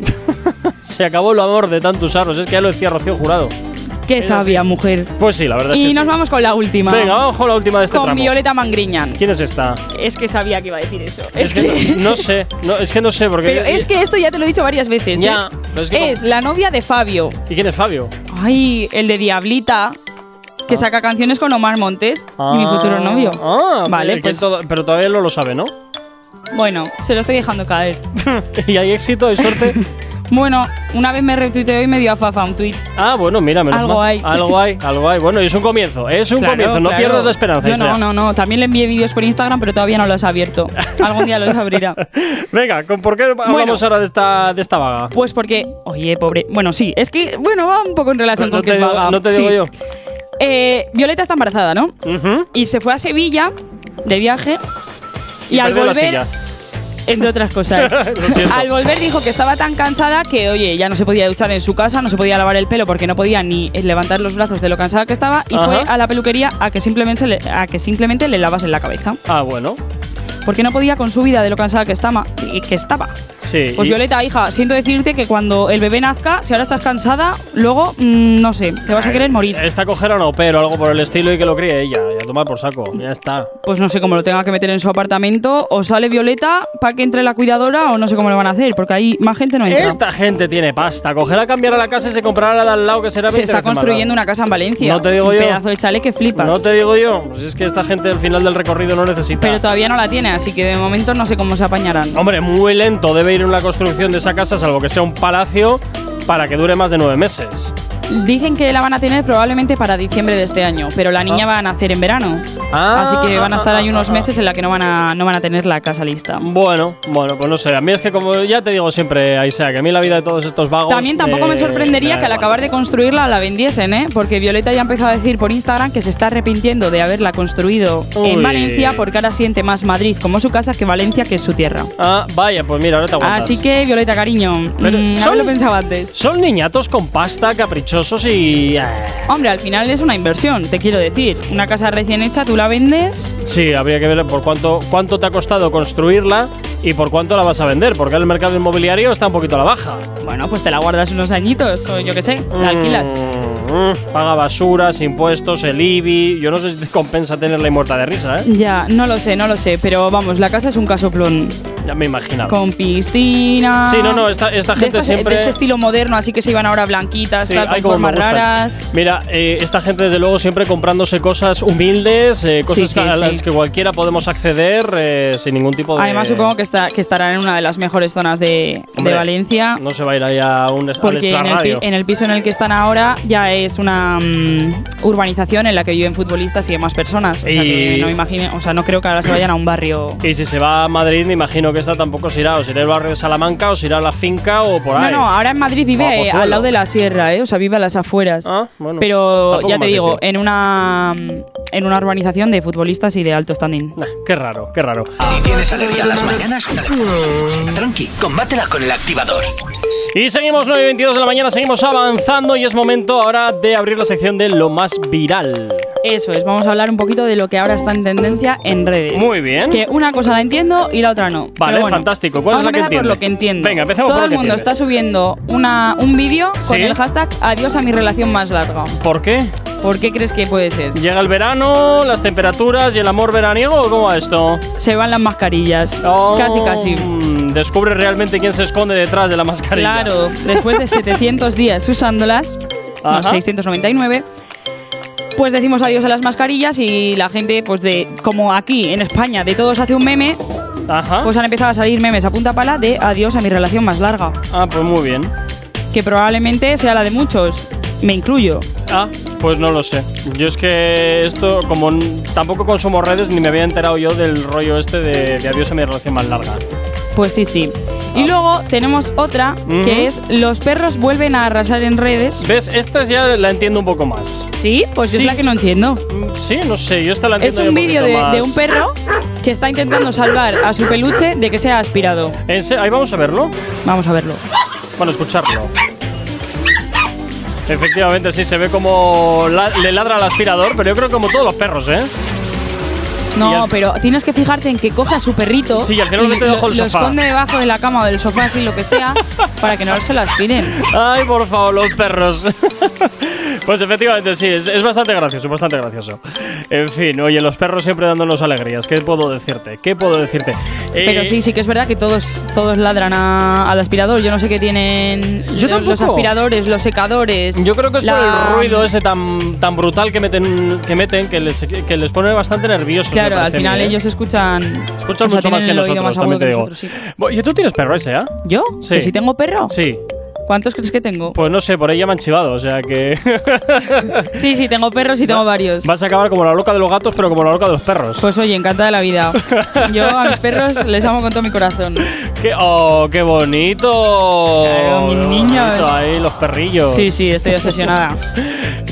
[SPEAKER 2] Se acabó el amor de tanto usarlos, es que ya lo decía Rocío Jurado.
[SPEAKER 3] Qué
[SPEAKER 2] Es así.
[SPEAKER 3] sabia mujer.
[SPEAKER 2] Pues sí, la verdad es
[SPEAKER 3] Y
[SPEAKER 2] que
[SPEAKER 3] nos
[SPEAKER 2] sí.
[SPEAKER 3] vamos con la última.
[SPEAKER 2] Venga, vamos con la última de este
[SPEAKER 3] con
[SPEAKER 2] tramo.
[SPEAKER 3] Violeta Mangriñán.
[SPEAKER 2] ¿Quién es esta?
[SPEAKER 3] Es que sabía que iba a decir eso.
[SPEAKER 2] Es, que, no, no sé, no, es que no sé porque
[SPEAKER 3] pero es que esto ya te lo he dicho varias veces.
[SPEAKER 2] Ya,
[SPEAKER 3] ¿eh?
[SPEAKER 2] pero es que
[SPEAKER 3] es la novia de Fabio.
[SPEAKER 2] ¿Y quién es Fabio?
[SPEAKER 3] Ay, el de Diablita, que saca canciones con Omar Montes, mi futuro novio.
[SPEAKER 2] Ah,
[SPEAKER 3] vale,
[SPEAKER 2] el que
[SPEAKER 3] pues
[SPEAKER 2] todo- pero todavía no lo sabe, ¿no?
[SPEAKER 3] bueno, se lo estoy dejando caer.
[SPEAKER 2] y hay éxito, hay suerte.
[SPEAKER 3] Bueno, una vez me retuiteó y me dio a Fafa un tweet.
[SPEAKER 2] ah, bueno, mira, menos
[SPEAKER 3] Algo
[SPEAKER 2] mal.
[SPEAKER 3] hay.
[SPEAKER 2] Algo hay, algo hay. Bueno, es un comienzo, ¿eh? es un
[SPEAKER 3] Claro,
[SPEAKER 2] comienzo, no
[SPEAKER 3] claro.
[SPEAKER 2] pierdas la esperanza.
[SPEAKER 3] Yo
[SPEAKER 2] Isea.
[SPEAKER 3] no, no, no. También le envié vídeos por Instagram, pero todavía no los ha abierto. Algún día los abrirá.
[SPEAKER 2] Venga, ¿con ¿por qué hablamos ahora de esta, de esta vaga?
[SPEAKER 3] Pues porque, oye, pobre. Bueno, sí, es que, bueno, va un poco en relación
[SPEAKER 2] No
[SPEAKER 3] con
[SPEAKER 2] te,
[SPEAKER 3] que es
[SPEAKER 2] digo,
[SPEAKER 3] vaga.
[SPEAKER 2] no te digo
[SPEAKER 3] Sí.
[SPEAKER 2] yo.
[SPEAKER 3] Eh, Violeta está embarazada, ¿no?
[SPEAKER 2] Ujú.
[SPEAKER 3] Y se fue a Sevilla de viaje y, al
[SPEAKER 2] perdió la
[SPEAKER 3] volver,
[SPEAKER 2] silla.
[SPEAKER 3] entre otras cosas,
[SPEAKER 2] Lo siento.
[SPEAKER 3] al volver dijo que estaba tan cansada que, oye, ya no se podía duchar en su casa, no se podía lavar el pelo porque no podía ni eh, levantar los brazos de lo cansada que estaba y
[SPEAKER 2] Ajá.
[SPEAKER 3] fue a la peluquería a que simplemente le, a que simplemente le lavasen la cabeza
[SPEAKER 2] Ah, bueno.
[SPEAKER 3] porque no podía con su vida de lo cansada que estaba. y Que estaba.
[SPEAKER 2] Sí.
[SPEAKER 3] Pues
[SPEAKER 2] y-
[SPEAKER 3] Violeta, hija, siento decirte que cuando el bebé nazca, si ahora estás cansada, luego, mm, no sé, te vas a querer morir.
[SPEAKER 2] Esta cojera no, pero algo por el estilo y que lo críe ella. Y a tomar por saco. Ya está.
[SPEAKER 3] pues no sé cómo lo tenga que meter en su apartamento, o sale Violeta para que entre la cuidadora, o no sé cómo lo van a hacer, porque ahí más gente no entra.
[SPEAKER 2] Esta gente tiene pasta. Cogerá, cambiará la casa y se comprará la de al lado que será
[SPEAKER 3] Se
[SPEAKER 2] 20
[SPEAKER 3] está
[SPEAKER 2] veces más
[SPEAKER 3] construyendo
[SPEAKER 2] grande.
[SPEAKER 3] una casa en Valencia.
[SPEAKER 2] No te digo
[SPEAKER 3] un
[SPEAKER 2] yo.
[SPEAKER 3] pedazo de chale que flipas.
[SPEAKER 2] No te digo yo. Pues es que esta gente al final del recorrido no necesita.
[SPEAKER 3] Pero todavía no la tiene, así que de momento no sé cómo se apañarán.
[SPEAKER 2] Hombre, muy lento debe ir una construcción de esa casa, salvo que sea un palacio, para que dure más de nueve meses.
[SPEAKER 3] Dicen que la van a tener probablemente para diciembre de este año, pero la niña
[SPEAKER 2] Ah.
[SPEAKER 3] va a nacer en verano.
[SPEAKER 2] Ah,
[SPEAKER 3] así que van a estar
[SPEAKER 2] ah,
[SPEAKER 3] ahí
[SPEAKER 2] ah,
[SPEAKER 3] unos
[SPEAKER 2] ah.
[SPEAKER 3] meses en la que no van a, no van a tener la casa lista.
[SPEAKER 2] Bueno, bueno, pues no sé. A mí es que, como ya te digo siempre, Aisea, que a mí la vida de todos estos vagos.
[SPEAKER 3] También tampoco
[SPEAKER 2] eh,
[SPEAKER 3] me sorprendería
[SPEAKER 2] da
[SPEAKER 3] que al
[SPEAKER 2] igual.
[SPEAKER 3] acabar de construirla la vendiesen, ¿eh? Porque Violeta ya empezó a decir por Instagram que se está arrepintiendo de haberla construido
[SPEAKER 2] Uy.
[SPEAKER 3] en Valencia porque ahora siente más Madrid como su casa que Valencia que es su tierra.
[SPEAKER 2] Ah, vaya, pues mira, ahora te aguantas.
[SPEAKER 3] Así que, Violeta, cariño,
[SPEAKER 2] Pero
[SPEAKER 3] mm,
[SPEAKER 2] son-
[SPEAKER 3] no lo pensaba antes.
[SPEAKER 2] Son niñatos con pasta, caprichosos y. ah,
[SPEAKER 3] Hombre, al final es una inversión, te quiero decir. Una casa recién hecha, tú la vendes.
[SPEAKER 2] Sí, habría que ver por cuánto, cuánto te ha costado construirla y por cuánto la vas a vender, porque el mercado inmobiliario está un poquito a la baja.
[SPEAKER 3] Bueno, pues te la guardas unos añitos o yo qué sé, la alquilas.
[SPEAKER 2] Mm, mm, paga basuras, impuestos, el IBI. Yo no sé si te compensa tenerla y muerta de risa, ¿eh?
[SPEAKER 3] Ya, no lo sé, no lo sé, pero vamos, la casa es un casoplón.
[SPEAKER 2] Ya me imaginaba.
[SPEAKER 3] Mm. Con piscina.
[SPEAKER 2] Sí, no, no, esta, esta
[SPEAKER 3] De
[SPEAKER 2] gente
[SPEAKER 3] estas-
[SPEAKER 2] siempre.
[SPEAKER 3] de este estilo moderno, así que se iban ahora blanquitas,
[SPEAKER 2] Sí,
[SPEAKER 3] tal,
[SPEAKER 2] ay,
[SPEAKER 3] con
[SPEAKER 2] cómo me
[SPEAKER 3] formas
[SPEAKER 2] gustan.
[SPEAKER 3] raras.
[SPEAKER 2] Mira, eh, esta gente desde luego siempre comprándose cosas humildes, eh, cosas
[SPEAKER 3] Sí, sí,
[SPEAKER 2] a
[SPEAKER 3] sí.
[SPEAKER 2] las que cualquiera podemos acceder eh, sin ningún tipo de.
[SPEAKER 3] Además, supongo que, está, que estarán en una de las mejores zonas de, de
[SPEAKER 2] Hombre,
[SPEAKER 3] Valencia.
[SPEAKER 2] No se va a ir ahí a un est- al
[SPEAKER 3] Porque en el, pi-
[SPEAKER 2] extrarradio.
[SPEAKER 3] en el piso en el que están ahora ya es una mm, urbanización en la que viven futbolistas y demás personas. O sea, que
[SPEAKER 2] Y-
[SPEAKER 3] no me imagino, o sea, no creo que ahora se vayan a un barrio.
[SPEAKER 2] Y si se va a Madrid, me imagino que esta tampoco se irá. O se irá al barrio de Salamanca, o se irá a la finca, o por
[SPEAKER 3] No,
[SPEAKER 2] ahí.
[SPEAKER 3] no, ah. ahora en Madrid vive
[SPEAKER 2] O a
[SPEAKER 3] eh,
[SPEAKER 2] Pozuelo.
[SPEAKER 3] al lado de la sierra, eh, o sea, vive a las afueras.
[SPEAKER 2] Ah, bueno.
[SPEAKER 3] Pero
[SPEAKER 2] Tampoco
[SPEAKER 3] ya te
[SPEAKER 2] más
[SPEAKER 3] digo,
[SPEAKER 2] sitio.
[SPEAKER 3] en una, mm, en una urbanización de futbolistas y de alto standing.
[SPEAKER 2] Nah, qué raro, qué raro.
[SPEAKER 1] Si tienes alergia a las mañanas, tranqui, combátela con el activador.
[SPEAKER 2] Y seguimos 9 y 22 de la mañana, seguimos avanzando y es momento ahora de abrir la sección de lo más viral.
[SPEAKER 3] Eso es, vamos a hablar un poquito de lo que ahora está en tendencia en redes.
[SPEAKER 2] Muy bien.
[SPEAKER 3] Que una cosa la entiendo y la otra no.
[SPEAKER 2] Vale,
[SPEAKER 3] Pero bueno,
[SPEAKER 2] fantástico. ¿Cuál es
[SPEAKER 3] vamos
[SPEAKER 2] la que
[SPEAKER 3] a empezar
[SPEAKER 2] entiendes?
[SPEAKER 3] por lo que entiendo.
[SPEAKER 2] Venga, empecemos por
[SPEAKER 3] Todo
[SPEAKER 2] lo
[SPEAKER 3] el
[SPEAKER 2] que
[SPEAKER 3] mundo
[SPEAKER 2] entiendes.
[SPEAKER 3] está subiendo una, un vídeo con
[SPEAKER 2] Sí.
[SPEAKER 3] el hashtag adiós a mi relación más larga.
[SPEAKER 2] ¿Por qué?
[SPEAKER 3] ¿Por qué crees que puede ser?
[SPEAKER 2] ¿Llega el verano, las temperaturas y el amor veraniego o cómo va esto?
[SPEAKER 3] Se van las mascarillas.
[SPEAKER 2] Oh,
[SPEAKER 3] Casi, casi.
[SPEAKER 2] mm, Descubre realmente quién se esconde detrás de la mascarilla.
[SPEAKER 3] Claro, después de 700 días usándolas, no,
[SPEAKER 2] Ajá.
[SPEAKER 3] 699, pues decimos adiós a las mascarillas y la gente, pues de como aquí en España, de todos hace un meme,
[SPEAKER 2] Ajá.
[SPEAKER 3] pues han empezado a salir memes a punta pala de adiós a mi relación más larga,
[SPEAKER 2] ah, pues muy bien.
[SPEAKER 3] que probablemente sea la de muchos, me incluyo.
[SPEAKER 2] Ah, pues no lo sé. Yo es que esto, como n- tampoco consumo redes, ni me había enterado yo del rollo este de, de adiós a mi relación más larga.
[SPEAKER 3] Pues sí, sí. Y luego tenemos otra
[SPEAKER 2] Ah. Ujú.
[SPEAKER 3] que es los perros vuelven a arrasar en redes.
[SPEAKER 2] ¿Ves? Esta ya la entiendo un poco más.
[SPEAKER 3] Sí, pues es
[SPEAKER 2] Sí.
[SPEAKER 3] la que no entiendo.
[SPEAKER 2] Mm, Sí, no sé, yo esta la
[SPEAKER 3] Es
[SPEAKER 2] entiendo
[SPEAKER 3] un vídeo de,
[SPEAKER 2] poquito más.
[SPEAKER 3] de un perro que está intentando salvar a su peluche de que sea aspirado.
[SPEAKER 2] En se- Ahí vamos a verlo.
[SPEAKER 3] Vamos a verlo.
[SPEAKER 2] Bueno, escucharlo. Efectivamente, sí, se ve como la- le ladra al aspirador, pero yo creo que como todos los perros, ¿eh? Y
[SPEAKER 3] No,
[SPEAKER 2] al-
[SPEAKER 3] pero tienes que fijarte en que coge a su perrito
[SPEAKER 2] Sí, y al final lo mete debajo del
[SPEAKER 3] lo
[SPEAKER 2] sofá.
[SPEAKER 3] esconde debajo de la cama o del sofá, así lo que sea, para que no se lo aspiren.
[SPEAKER 2] Ay, por favor, los perros. pues efectivamente, sí, es, es bastante gracioso, bastante gracioso. En fin, oye, los perros siempre dándonos alegrías. ¿Qué puedo decirte? ¿Qué puedo decirte? Eh,
[SPEAKER 3] Pero sí, sí que es verdad que todos, todos ladran a- al aspirador. Yo no sé qué tienen
[SPEAKER 2] Yo
[SPEAKER 3] lo- los
[SPEAKER 2] tampoco.
[SPEAKER 3] aspiradores, los secadores.
[SPEAKER 2] Yo creo que es por
[SPEAKER 3] la-
[SPEAKER 2] el ruido ese tan, tan brutal que meten, que, meten que, les, que les pone bastante nerviosos. me
[SPEAKER 3] Claro, al
[SPEAKER 2] parece a mí,
[SPEAKER 3] final
[SPEAKER 2] ¿eh?
[SPEAKER 3] ellos escuchan.
[SPEAKER 2] escuchan
[SPEAKER 3] o sea,
[SPEAKER 2] mucho más que
[SPEAKER 3] tienen el oído
[SPEAKER 2] nosotros,
[SPEAKER 3] más
[SPEAKER 2] también
[SPEAKER 3] agudo
[SPEAKER 2] te
[SPEAKER 3] que
[SPEAKER 2] digo.
[SPEAKER 3] nosotros, sí.
[SPEAKER 2] Bo- ¿Y tú tienes perro ese, ah?
[SPEAKER 3] ¿Yo?
[SPEAKER 2] Sí.
[SPEAKER 3] ¿Que si tengo perro?
[SPEAKER 2] Sí.
[SPEAKER 3] ¿Cuántos crees que tengo?
[SPEAKER 2] Pues no sé, por ahí ya me han chivado, o sea que.
[SPEAKER 3] Sí, sí, tengo perros y tengo varios.
[SPEAKER 2] Vas a acabar como la loca de los gatos, pero como la loca de los perros.
[SPEAKER 3] Pues oye, encantada de la vida. Yo a mis perros les amo con todo mi corazón.
[SPEAKER 2] ¡Qué, oh, qué bonito!
[SPEAKER 3] Claro, mis
[SPEAKER 2] Qué
[SPEAKER 3] niños.
[SPEAKER 2] bonito Ahí, los perrillos.
[SPEAKER 3] Sí, sí, estoy obsesionada.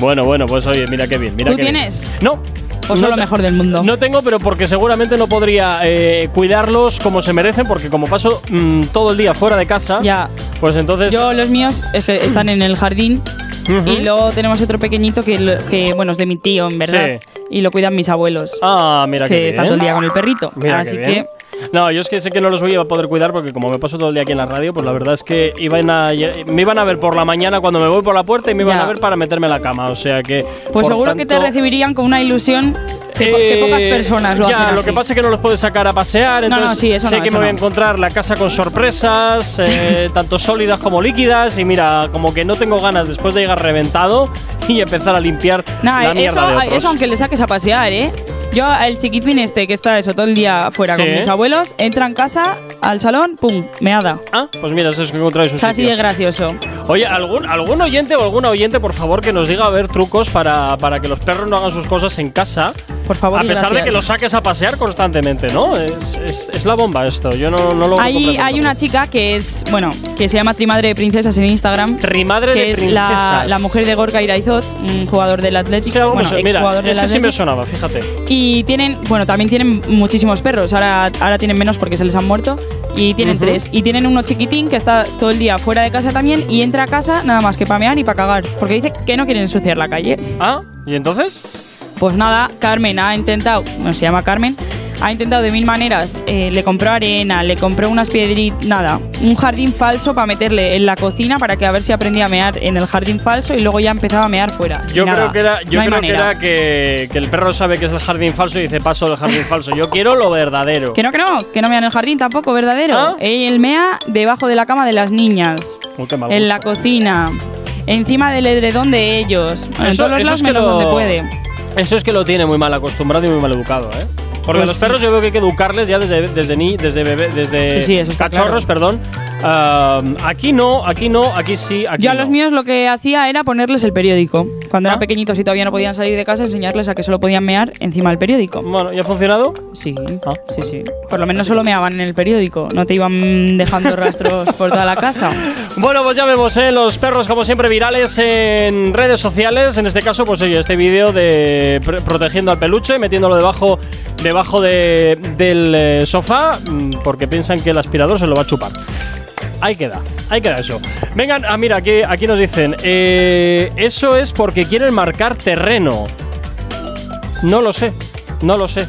[SPEAKER 2] Bueno, bueno, pues oye, mira qué bien. Mira
[SPEAKER 3] ¿Tú
[SPEAKER 2] qué bien.
[SPEAKER 3] tienes?
[SPEAKER 2] No.
[SPEAKER 3] Pues
[SPEAKER 2] no
[SPEAKER 3] son lo
[SPEAKER 2] te-
[SPEAKER 3] mejor del mundo.
[SPEAKER 2] No tengo, pero porque seguramente no podría eh, cuidarlos como se merecen, porque como paso mm, todo el día fuera de casa,
[SPEAKER 3] Ya.
[SPEAKER 2] pues entonces.
[SPEAKER 3] Yo, los míos es que están en el jardín.
[SPEAKER 2] Ujú.
[SPEAKER 3] Y luego tenemos otro pequeñito que, lo- que, bueno, es de mi tío, en verdad. Y lo cuidan mis abuelos,
[SPEAKER 2] Ah, mira qué
[SPEAKER 3] que
[SPEAKER 2] bien.
[SPEAKER 3] está todo el día con el perrito.
[SPEAKER 2] Mira qué
[SPEAKER 3] Así
[SPEAKER 2] bien.
[SPEAKER 3] que,
[SPEAKER 2] No, yo es que sé que no los voy a poder cuidar porque como me paso todo el día aquí en la radio, pues la verdad es que iban a, me iban a ver por la mañana cuando me voy por la puerta y me iban
[SPEAKER 3] Ya.
[SPEAKER 2] a ver para meterme a la cama. O sea que... por
[SPEAKER 3] pues seguro que te
[SPEAKER 2] tanto,
[SPEAKER 3] recibirían con una ilusión que, po- que
[SPEAKER 2] eh,
[SPEAKER 3] pocas personas lo
[SPEAKER 2] ya,
[SPEAKER 3] hacen
[SPEAKER 2] lo
[SPEAKER 3] así.
[SPEAKER 2] que pasa es que no los puedes sacar a pasear,
[SPEAKER 3] No, no,
[SPEAKER 2] entonces
[SPEAKER 3] sí, eso
[SPEAKER 2] sé
[SPEAKER 3] no,
[SPEAKER 2] que
[SPEAKER 3] eso
[SPEAKER 2] me voy a
[SPEAKER 3] no.
[SPEAKER 2] encontrar la casa con sorpresas, eh, tanto sólidas como líquidas, y mira, como que no tengo ganas después de llegar reventado y empezar a limpiar
[SPEAKER 3] Nah,
[SPEAKER 2] la
[SPEAKER 3] eso,
[SPEAKER 2] mierda de otros.
[SPEAKER 3] eso aunque le saques a pasear, ¿eh? Yo al chiquitín este que está eso todo el día fuera
[SPEAKER 2] Sí.
[SPEAKER 3] con mis abuelos, entra en casa, al salón, pum, meada.
[SPEAKER 2] Ah, pues mira, eso es que encontráis un
[SPEAKER 3] Está así
[SPEAKER 2] sitio.
[SPEAKER 3] de gracioso.
[SPEAKER 2] Oye, ¿algún, algún oyente o alguna oyente, por favor, que nos diga a ver trucos para, para que los perros no hagan sus cosas en casa.
[SPEAKER 3] Por favor,
[SPEAKER 2] a
[SPEAKER 3] y
[SPEAKER 2] pesar de que
[SPEAKER 3] gracias.
[SPEAKER 2] los saques a pasear constantemente, ¿no? Es, es- es la bomba esto. Yo no, no lo
[SPEAKER 3] Hay,
[SPEAKER 2] comprendo.
[SPEAKER 3] hay una chica que es, bueno, que se llama Trimadre de Princesas en Instagram.
[SPEAKER 2] Trimadre de
[SPEAKER 3] que es la,
[SPEAKER 2] princesas.
[SPEAKER 3] la mujer de Gorka Iraizot, un jugador del Atlético.
[SPEAKER 2] Sí, algo me
[SPEAKER 3] bueno,
[SPEAKER 2] suena. Mira,
[SPEAKER 3] exjugador del
[SPEAKER 2] ese sí me
[SPEAKER 3] Athletic.
[SPEAKER 2] sonaba, fíjate.
[SPEAKER 3] Y tienen, bueno, también tienen muchísimos perros. Ahora, ahora tienen menos porque se les han muerto. Y tienen
[SPEAKER 2] Ujú.
[SPEAKER 3] tres. Y tienen uno chiquitín que está todo el día fuera de casa también. Y entra a casa nada más que para mear y para cagar. Porque dice que no quieren ensuciar la calle.
[SPEAKER 2] Ah, ¿y entonces?
[SPEAKER 3] Pues nada, Carmen ha intentado, no se llama Carmen, ha intentado de mil maneras. eh, le compró arena, le compró unas piedritas, nada, un jardín falso para meterle en la cocina para que a ver si aprendía a mear en el jardín falso y luego ya empezaba a mear fuera.
[SPEAKER 2] Yo
[SPEAKER 3] Nada,
[SPEAKER 2] creo que era, yo
[SPEAKER 3] no hay
[SPEAKER 2] creo que,
[SPEAKER 3] manera.
[SPEAKER 2] era que, que el perro sabe que es el jardín falso y dice paso del jardín falso. Yo quiero lo verdadero.
[SPEAKER 3] Que no, que no, que no mea en el jardín tampoco, verdadero.
[SPEAKER 2] ¿Ah?
[SPEAKER 3] Él mea debajo de la cama de las niñas,
[SPEAKER 2] Uy, qué mal
[SPEAKER 3] en la
[SPEAKER 2] gusto.
[SPEAKER 3] cocina, encima del edredón de ellos, en todos los lados menos
[SPEAKER 2] lo-
[SPEAKER 3] donde puede.
[SPEAKER 2] Eso es que lo tiene muy mal acostumbrado y muy mal educado, ¿eh? Porque
[SPEAKER 3] Pues
[SPEAKER 2] los
[SPEAKER 3] sí.
[SPEAKER 2] perros yo veo que hay que educarles ya desde desde ni, desde bebé, desde
[SPEAKER 3] Sí, sí, eso está
[SPEAKER 2] cachorros, perdón. Am, aquí no, aquí no, aquí sí, aquí
[SPEAKER 3] Yo a
[SPEAKER 2] no.
[SPEAKER 3] los míos lo que hacía era ponerles el periódico. Cuando
[SPEAKER 2] Ah.
[SPEAKER 3] eran pequeñitos y todavía no podían salir de casa, enseñarles a que solo podían mear encima del periódico.
[SPEAKER 2] Bueno, ¿y ha funcionado?
[SPEAKER 3] Sí,
[SPEAKER 2] Ah.
[SPEAKER 3] sí, sí. Por lo menos solo meaban en el periódico, no te iban dejando rastros por toda la casa.
[SPEAKER 2] Bueno, pues ya vemos, ¿eh? Los perros, como siempre, virales en redes sociales. En este caso, pues oye, este vídeo de pr- protegiendo al peluche, metiéndolo debajo, debajo de- del eh, sofá, mm, porque piensan que el aspirador se lo va a chupar. Ahí queda, ahí queda eso. Vengan, ah, mira, aquí, aquí nos dicen, eh, eso es porque quieren marcar terreno. No lo sé, no lo sé.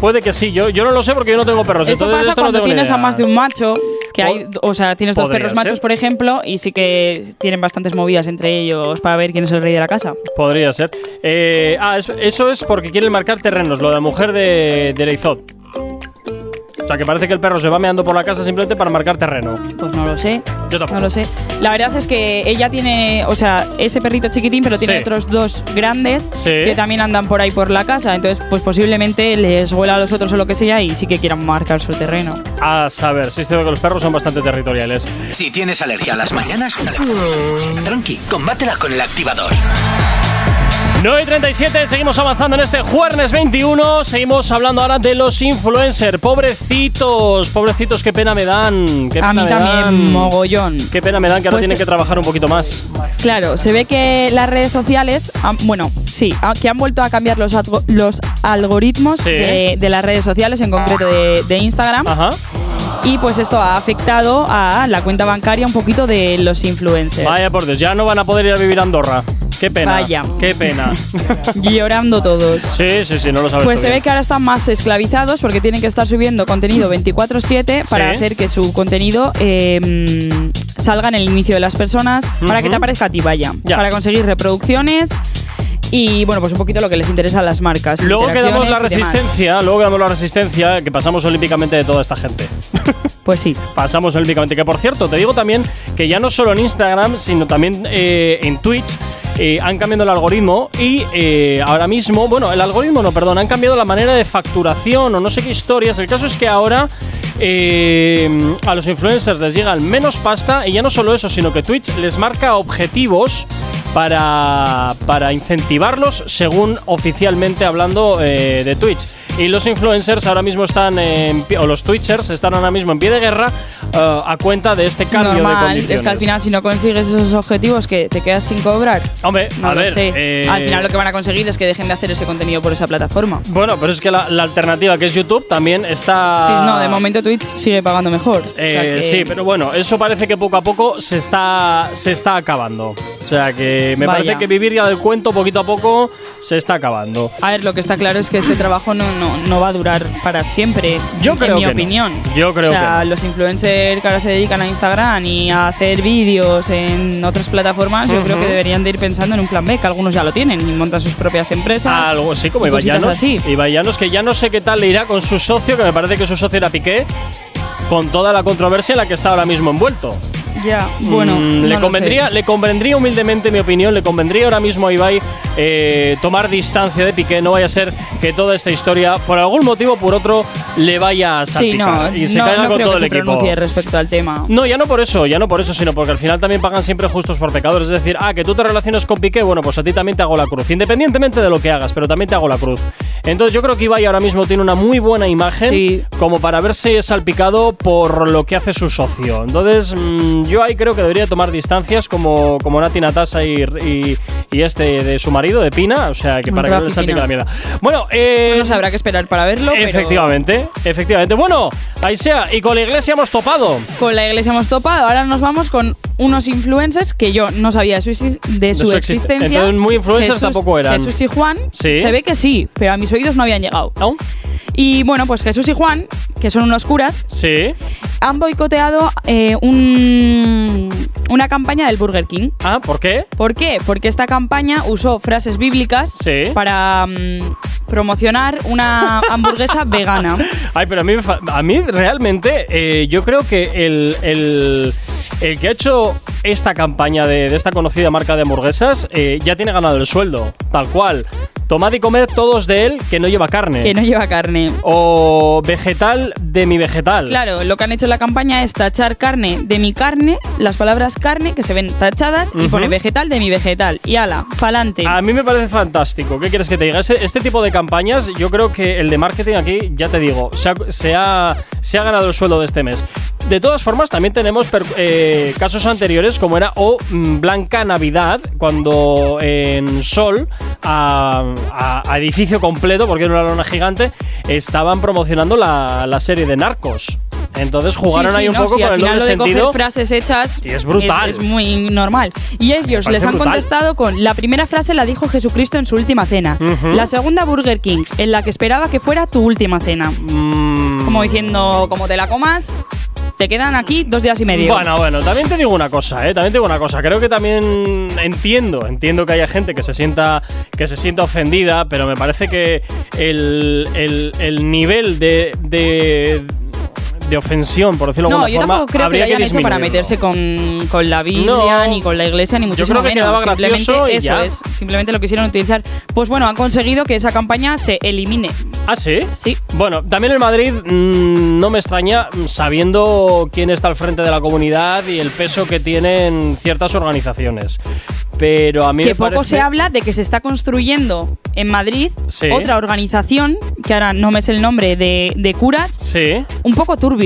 [SPEAKER 2] Puede que sí, yo, yo no lo sé porque yo no tengo perros.
[SPEAKER 3] Eso
[SPEAKER 2] entonces
[SPEAKER 3] pasa
[SPEAKER 2] esto no
[SPEAKER 3] cuando
[SPEAKER 2] tengo ni
[SPEAKER 3] tienes a
[SPEAKER 2] idea.
[SPEAKER 3] más de un macho que Que hay, o sea, tienes dos
[SPEAKER 2] Podría
[SPEAKER 3] perros machos,
[SPEAKER 2] ser.
[SPEAKER 3] por ejemplo, y sí que tienen bastantes movidas entre ellos para ver quién es el rey de la casa.
[SPEAKER 2] Podría ser. Eh, ah, es- eso es porque quieren marcar terrenos, lo de la mujer de, de Leizot. O sea, que parece que el perro se va meando por la casa simplemente para marcar terreno.
[SPEAKER 3] Pues no lo sé.
[SPEAKER 2] Yo tampoco.
[SPEAKER 3] No lo sé. La verdad es que ella tiene, o sea, ese perrito chiquitín, pero tiene
[SPEAKER 2] Sí.
[SPEAKER 3] otros dos grandes
[SPEAKER 2] Sí.
[SPEAKER 3] que también andan por ahí por la casa. Entonces, pues posiblemente les huela a los otros o lo que sea y sí que quieran marcar su terreno.
[SPEAKER 2] A saber, sí, es cierto que los perros son bastante territoriales.
[SPEAKER 1] Si tienes alergia a las mañanas, tranqui, combátela con el activador.
[SPEAKER 2] 9 y 37, seguimos avanzando en este jueves 21. Seguimos hablando ahora de los influencers. Pobrecitos, pobrecitos, qué pena me dan. Qué
[SPEAKER 3] a
[SPEAKER 2] pena
[SPEAKER 3] mí
[SPEAKER 2] me
[SPEAKER 3] también,
[SPEAKER 2] dan.
[SPEAKER 3] mogollón.
[SPEAKER 2] Qué pena me dan que ahora
[SPEAKER 3] Pues-
[SPEAKER 2] tienen que trabajar un poquito más.
[SPEAKER 3] Claro, se ve que las redes sociales, han- bueno, sí, a- que han vuelto a cambiar los, algo- los algoritmos
[SPEAKER 2] Sí.
[SPEAKER 3] de, de las redes sociales, en concreto de, de Instagram.
[SPEAKER 2] Ajá.
[SPEAKER 3] Y pues esto ha afectado a la cuenta bancaria un poquito de los influencers.
[SPEAKER 2] Vaya por Dios, ya no van a poder ir a vivir a Andorra. Qué pena.
[SPEAKER 3] Vaya.
[SPEAKER 2] Qué pena.
[SPEAKER 3] Llorando todos.
[SPEAKER 2] sí, sí, sí, no lo sabes.
[SPEAKER 3] Pues
[SPEAKER 2] tú
[SPEAKER 3] se ve
[SPEAKER 2] bien.
[SPEAKER 3] que ahora están más esclavizados porque tienen que estar subiendo contenido 24/7 para
[SPEAKER 2] Sí.
[SPEAKER 3] hacer que su contenido eh, mm, salga en el inicio de las personas, para que
[SPEAKER 2] Ujú.
[SPEAKER 3] te aparezca a ti, vaya,
[SPEAKER 2] Ya.
[SPEAKER 3] para conseguir reproducciones y bueno, pues un poquito lo que les interesa a las marcas.
[SPEAKER 2] Luego quedamos la
[SPEAKER 3] interacciones y demás.
[SPEAKER 2] resistencia, luego quedamos la resistencia que pasamos olímpicamente de toda esta gente.
[SPEAKER 3] Pues sí.
[SPEAKER 2] pasamos olímpicamente. Que por cierto, te digo también que ya no solo en Instagram, sino también eh, en Twitch. eh, han cambiado el algoritmo y eh, ahora mismo, bueno, el algoritmo no, perdón, han cambiado la manera de facturación o no sé qué historias. El caso es que ahora eh, a los influencers les llegan menos pasta y ya no solo eso, sino que Twitch les marca objetivos para, para incentivarlos según oficialmente hablando eh, de Twitch. Y los influencers ahora mismo están, en pie- o los Twitchers están ahora mismo en pie de guerra eh, a cuenta de este cambio de
[SPEAKER 3] Normal,
[SPEAKER 2] condiciones.
[SPEAKER 3] es que al final si no consigues esos objetivos que te quedas sin cobrar.
[SPEAKER 2] Hombre,
[SPEAKER 3] No
[SPEAKER 2] a
[SPEAKER 3] lo
[SPEAKER 2] ver,
[SPEAKER 3] sé.
[SPEAKER 2] eh,
[SPEAKER 3] Al final lo que van a conseguir es que dejen de hacer ese contenido por esa plataforma.
[SPEAKER 2] Bueno, pero es que la, la alternativa que es YouTube también está...
[SPEAKER 3] Sí, no, de momento Twitch sigue pagando mejor. O sea
[SPEAKER 2] Ah. Eh,
[SPEAKER 3] que-
[SPEAKER 2] sí, pero bueno, eso parece que poco a poco se está, se está acabando. O sea que me
[SPEAKER 3] Vaya.
[SPEAKER 2] parece que vivir ya del cuento poquito a poco se está acabando.
[SPEAKER 3] A ver, lo que está claro es que este trabajo no, no, no va a durar para siempre.
[SPEAKER 2] Yo creo
[SPEAKER 3] En mi
[SPEAKER 2] que no.
[SPEAKER 3] opinión.
[SPEAKER 2] Yo creo
[SPEAKER 3] O sea,
[SPEAKER 2] que
[SPEAKER 3] los influencers que ahora se dedican a Instagram y a hacer vídeos en otras plataformas, yo creo que deberían de ir pensando en un plan B, que algunos ya lo tienen y montan sus propias empresas.
[SPEAKER 2] Algo así como
[SPEAKER 3] y
[SPEAKER 2] Ibai
[SPEAKER 3] cositas
[SPEAKER 2] Llanos.
[SPEAKER 3] así.
[SPEAKER 2] Ibai Llanos, que ya no sé qué tal le irá con su socio, que me parece que su socio era Piqué, con toda la controversia en la que está ahora mismo envuelto.
[SPEAKER 3] Ya, bueno.
[SPEAKER 2] Mm,
[SPEAKER 3] no
[SPEAKER 2] le,
[SPEAKER 3] lo
[SPEAKER 2] convendría,
[SPEAKER 3] sé.
[SPEAKER 2] le convendría humildemente, en mi opinión, le convendría ahora mismo a Ibai eh, tomar distancia de Piqué. No vaya a ser que toda esta historia, por algún motivo o por otro, le vaya a
[SPEAKER 3] Sí, no,
[SPEAKER 2] salpicar y se
[SPEAKER 3] no,
[SPEAKER 2] caiga
[SPEAKER 3] no
[SPEAKER 2] con
[SPEAKER 3] creo
[SPEAKER 2] todo
[SPEAKER 3] que
[SPEAKER 2] el
[SPEAKER 3] se
[SPEAKER 2] equipo.
[SPEAKER 3] pronuncie respecto al tema.
[SPEAKER 2] No, ya no por eso, ya no por eso, sino porque al final también pagan siempre justos por pecadores. Es decir, ah, que tú te relacionas con Piqué, bueno, pues a ti también te hago la cruz. Independientemente de lo que hagas, pero también te hago la cruz. Entonces yo creo que Ibai ahora mismo tiene una muy buena imagen
[SPEAKER 3] Sí.
[SPEAKER 2] como para verse salpicado por lo que hace su socio. Entonces mm, yo ahí creo que debería tomar distancias como, como Nati Natasa y, y- y este de su marido, de Pina. O sea, que para que no le
[SPEAKER 3] Rafi
[SPEAKER 2] salpique
[SPEAKER 3] Pina.
[SPEAKER 2] la mierda. Bueno, eh...
[SPEAKER 3] No habrá que esperar para verlo. pero-
[SPEAKER 2] Efectivamente, efectivamente. Bueno, ahí sea, y con la iglesia hemos topado.
[SPEAKER 3] Con la iglesia hemos topado. Ahora nos vamos con unos influencers que yo no sabía de su, exis- de su
[SPEAKER 2] su existen-
[SPEAKER 3] existencia.
[SPEAKER 2] Entonces, muy influencers tampoco eran.
[SPEAKER 3] Jesús y Juan.
[SPEAKER 2] Sí.
[SPEAKER 3] Se ve que sí, pero a mis oídos no habían llegado.
[SPEAKER 2] ¿No?
[SPEAKER 3] Y bueno, pues Jesús y Juan, que son unos curas,
[SPEAKER 2] Sí.
[SPEAKER 3] han boicoteado eh, un- una campaña del Burger King.
[SPEAKER 2] Ah, ¿por qué?
[SPEAKER 3] ¿Por qué? Porque esta campaña usó frases bíblicas
[SPEAKER 2] Sí.
[SPEAKER 3] para mm, promocionar una hamburguesa vegana.
[SPEAKER 2] Ay, pero a mí, me fa- a mí realmente eh, yo creo que el, el- el que ha hecho esta campaña de, de esta conocida marca de hamburguesas eh, ya tiene ganado el sueldo, tal cual. Tomad y comed todos de él que no lleva carne.
[SPEAKER 3] Que no lleva carne.
[SPEAKER 2] O vegetal de mi vegetal.
[SPEAKER 3] Claro, lo que han hecho en la campaña es tachar carne de mi carne, las palabras carne que se ven tachadas y
[SPEAKER 2] Ujú. Ah,
[SPEAKER 3] pone vegetal de mi vegetal. Y ala, pa'lante.
[SPEAKER 2] A mí me parece fantástico. ¿Qué quieres que te diga? Este, este tipo de campañas, yo creo que el de marketing aquí, ya te digo, se ha, se ha- se ha ganado el sueldo de este mes. De todas formas, también tenemos per- eh, casos anteriores, como era O mm, Blanca Navidad, cuando en Sol, a, a- a edificio completo, porque era una lona gigante, estaban promocionando la, la serie de Narcos. Entonces jugaron
[SPEAKER 3] Sí, sí,
[SPEAKER 2] ahí un
[SPEAKER 3] no,
[SPEAKER 2] poco
[SPEAKER 3] sí,
[SPEAKER 2] con
[SPEAKER 3] al
[SPEAKER 2] el
[SPEAKER 3] final
[SPEAKER 2] doble
[SPEAKER 3] lo de coger
[SPEAKER 2] sentido.
[SPEAKER 3] frases hechas
[SPEAKER 2] Y es brutal.
[SPEAKER 3] Es, es muy normal. Y ellos
[SPEAKER 2] parece
[SPEAKER 3] les han
[SPEAKER 2] brutal.
[SPEAKER 3] contestado con la primera frase la dijo Jesucristo en su última cena,
[SPEAKER 2] Ujú.
[SPEAKER 3] la segunda Burger King, en la que esperaba que fuera tu última cena.
[SPEAKER 2] Mm,
[SPEAKER 3] Como diciendo, como te la comas, Te quedan aquí dos días y medio.
[SPEAKER 2] Bueno, bueno, también te digo una cosa, ¿eh? También te digo una cosa. Creo que también entiendo, entiendo que haya gente que se sienta, que se sienta ofendida, pero me parece que el, el- el nivel de, de, de ofensión, por decirlo de
[SPEAKER 3] no,
[SPEAKER 2] alguna
[SPEAKER 3] yo
[SPEAKER 2] forma,
[SPEAKER 3] tampoco creo que lo
[SPEAKER 2] habría
[SPEAKER 3] hayan hecho para
[SPEAKER 2] disminuirlo.
[SPEAKER 3] meterse con, con la Biblia,
[SPEAKER 2] No.
[SPEAKER 3] ni con la iglesia, ni
[SPEAKER 2] Yo
[SPEAKER 3] muchísimo
[SPEAKER 2] creo que
[SPEAKER 3] menos.
[SPEAKER 2] quedaba gracioso
[SPEAKER 3] Simplemente
[SPEAKER 2] y
[SPEAKER 3] eso
[SPEAKER 2] ya.
[SPEAKER 3] es. Simplemente lo quisieron utilizar. Pues bueno, han conseguido que esa campaña se elimine.
[SPEAKER 2] ¿Ah, sí?
[SPEAKER 3] Sí.
[SPEAKER 2] Bueno, también el Madrid mm, no me extraña mm, sabiendo quién está al frente de la comunidad y el peso que tienen ciertas organizaciones. Pero a mí
[SPEAKER 3] que
[SPEAKER 2] me
[SPEAKER 3] poco
[SPEAKER 2] parece-
[SPEAKER 3] se habla de que se está construyendo en Madrid
[SPEAKER 2] Sí.
[SPEAKER 3] otra organización, que ahora no me es el nombre, de, de curas,
[SPEAKER 2] Sí.
[SPEAKER 3] un poco turbia.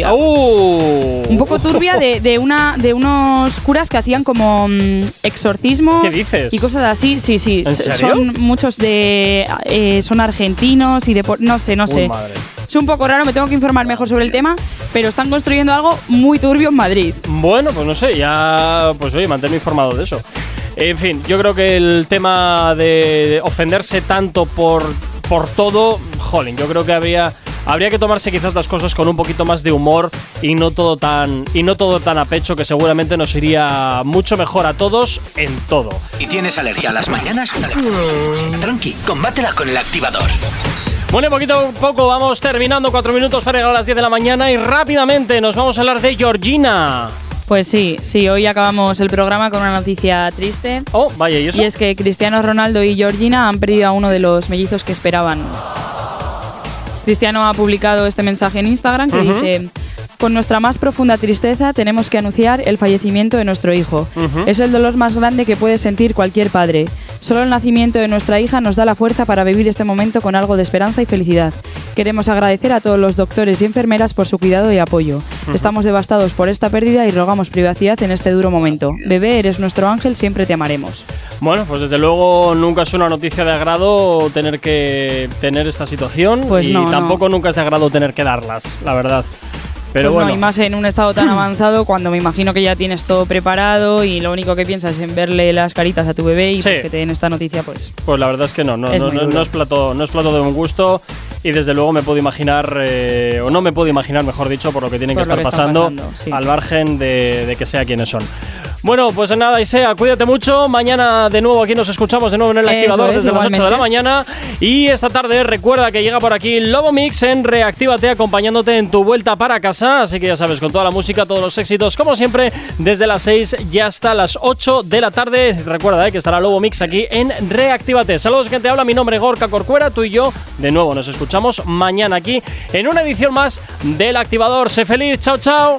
[SPEAKER 2] ¡Uh!
[SPEAKER 3] Un poco turbia de, de una, de unos curas que hacían como mm, exorcismos
[SPEAKER 2] ¿Qué dices?
[SPEAKER 3] y cosas así. Sí, sí.
[SPEAKER 2] ¿En
[SPEAKER 3] S-
[SPEAKER 2] serio?
[SPEAKER 3] Son muchos de. eh, son argentinos y de. por- No sé, no
[SPEAKER 2] Uy,
[SPEAKER 3] sé.
[SPEAKER 2] madre.
[SPEAKER 3] Es un poco raro, me tengo que informar mejor sobre el tema, pero están construyendo algo muy turbio en Madrid.
[SPEAKER 2] Bueno, pues no sé, ya. Pues oye, manténme informado de eso. En fin, yo creo que el tema de ofenderse tanto por, por todo, jolín, yo creo que habría. Habría que tomarse quizás las cosas con un poquito más de humor y no todo tan y no todo tan a pecho que seguramente nos iría mucho mejor a todos en todo.
[SPEAKER 1] ¿Y tienes alergia a las mañanas? Tranqui, combátela con el activador.
[SPEAKER 2] Bueno, y poquito a poco vamos terminando, cuatro minutos para llegar a las 10 de la mañana y rápidamente nos vamos a hablar de Georgina.
[SPEAKER 3] Pues sí, sí, hoy acabamos el programa con una noticia triste.
[SPEAKER 2] Oh, vaya, y eso.
[SPEAKER 3] Y es que Cristiano Ronaldo y Georgina han perdido a uno de los mellizos que esperaban. Cristiano ha publicado este mensaje en Instagram que
[SPEAKER 2] Ujú.
[SPEAKER 3] dice, con nuestra más profunda tristeza tenemos que anunciar el fallecimiento de nuestro hijo.
[SPEAKER 2] Ujú.
[SPEAKER 3] Es el dolor más grande que puede sentir cualquier padre. Solo el nacimiento de nuestra hija nos da la fuerza para vivir este momento con algo de esperanza y felicidad. Queremos agradecer a todos los doctores y enfermeras por su cuidado y apoyo. Estamos devastados por esta pérdida y rogamos privacidad en este duro momento. Bebé, eres nuestro ángel, siempre te amaremos.
[SPEAKER 2] Bueno, pues desde luego nunca es una noticia de agrado tener que tener esta situación
[SPEAKER 3] Pues
[SPEAKER 2] y
[SPEAKER 3] no, no.
[SPEAKER 2] tampoco nunca es de agrado tener que darlas, la verdad. Pero
[SPEAKER 3] Pues no,
[SPEAKER 2] bueno,
[SPEAKER 3] y más en un estado tan avanzado, cuando me imagino que ya tienes todo preparado y lo único que piensas es en verle las caritas a tu bebé y
[SPEAKER 2] Sí.
[SPEAKER 3] pues, que te den esta noticia, pues.
[SPEAKER 2] pues la verdad es que no, no,
[SPEAKER 3] Es
[SPEAKER 2] no,
[SPEAKER 3] muy
[SPEAKER 2] no-
[SPEAKER 3] duro.
[SPEAKER 2] no es plato, no es plato de un gusto y desde luego me puedo imaginar eh, o no me puedo imaginar, mejor dicho, por lo que tienen
[SPEAKER 3] Por
[SPEAKER 2] que
[SPEAKER 3] lo
[SPEAKER 2] estar
[SPEAKER 3] que están
[SPEAKER 2] pasando,
[SPEAKER 3] pasando, sí.
[SPEAKER 2] al margen de, de que sea quienes son. Bueno, pues nada, Isea, cuídate mucho. Mañana de nuevo aquí nos escuchamos de nuevo en el
[SPEAKER 3] Eso
[SPEAKER 2] activador
[SPEAKER 3] es,
[SPEAKER 2] desde las 8 de la
[SPEAKER 3] igualmente.
[SPEAKER 2] mañana. Y esta tarde recuerda que llega por aquí Lobo Mix en Reactívate acompañándote en tu vuelta para casa. Así que ya sabes, con toda la música, todos los éxitos, como siempre, desde las 6 y hasta las 8 de la tarde. Recuerda eh, que estará Lobo Mix aquí en Reactívate. Saludos, gente. Habla mi nombre, es Gorka Corcuera. Tú y yo, de nuevo, nos escuchamos mañana aquí en una edición más del activador. Sé feliz. Chao, chao.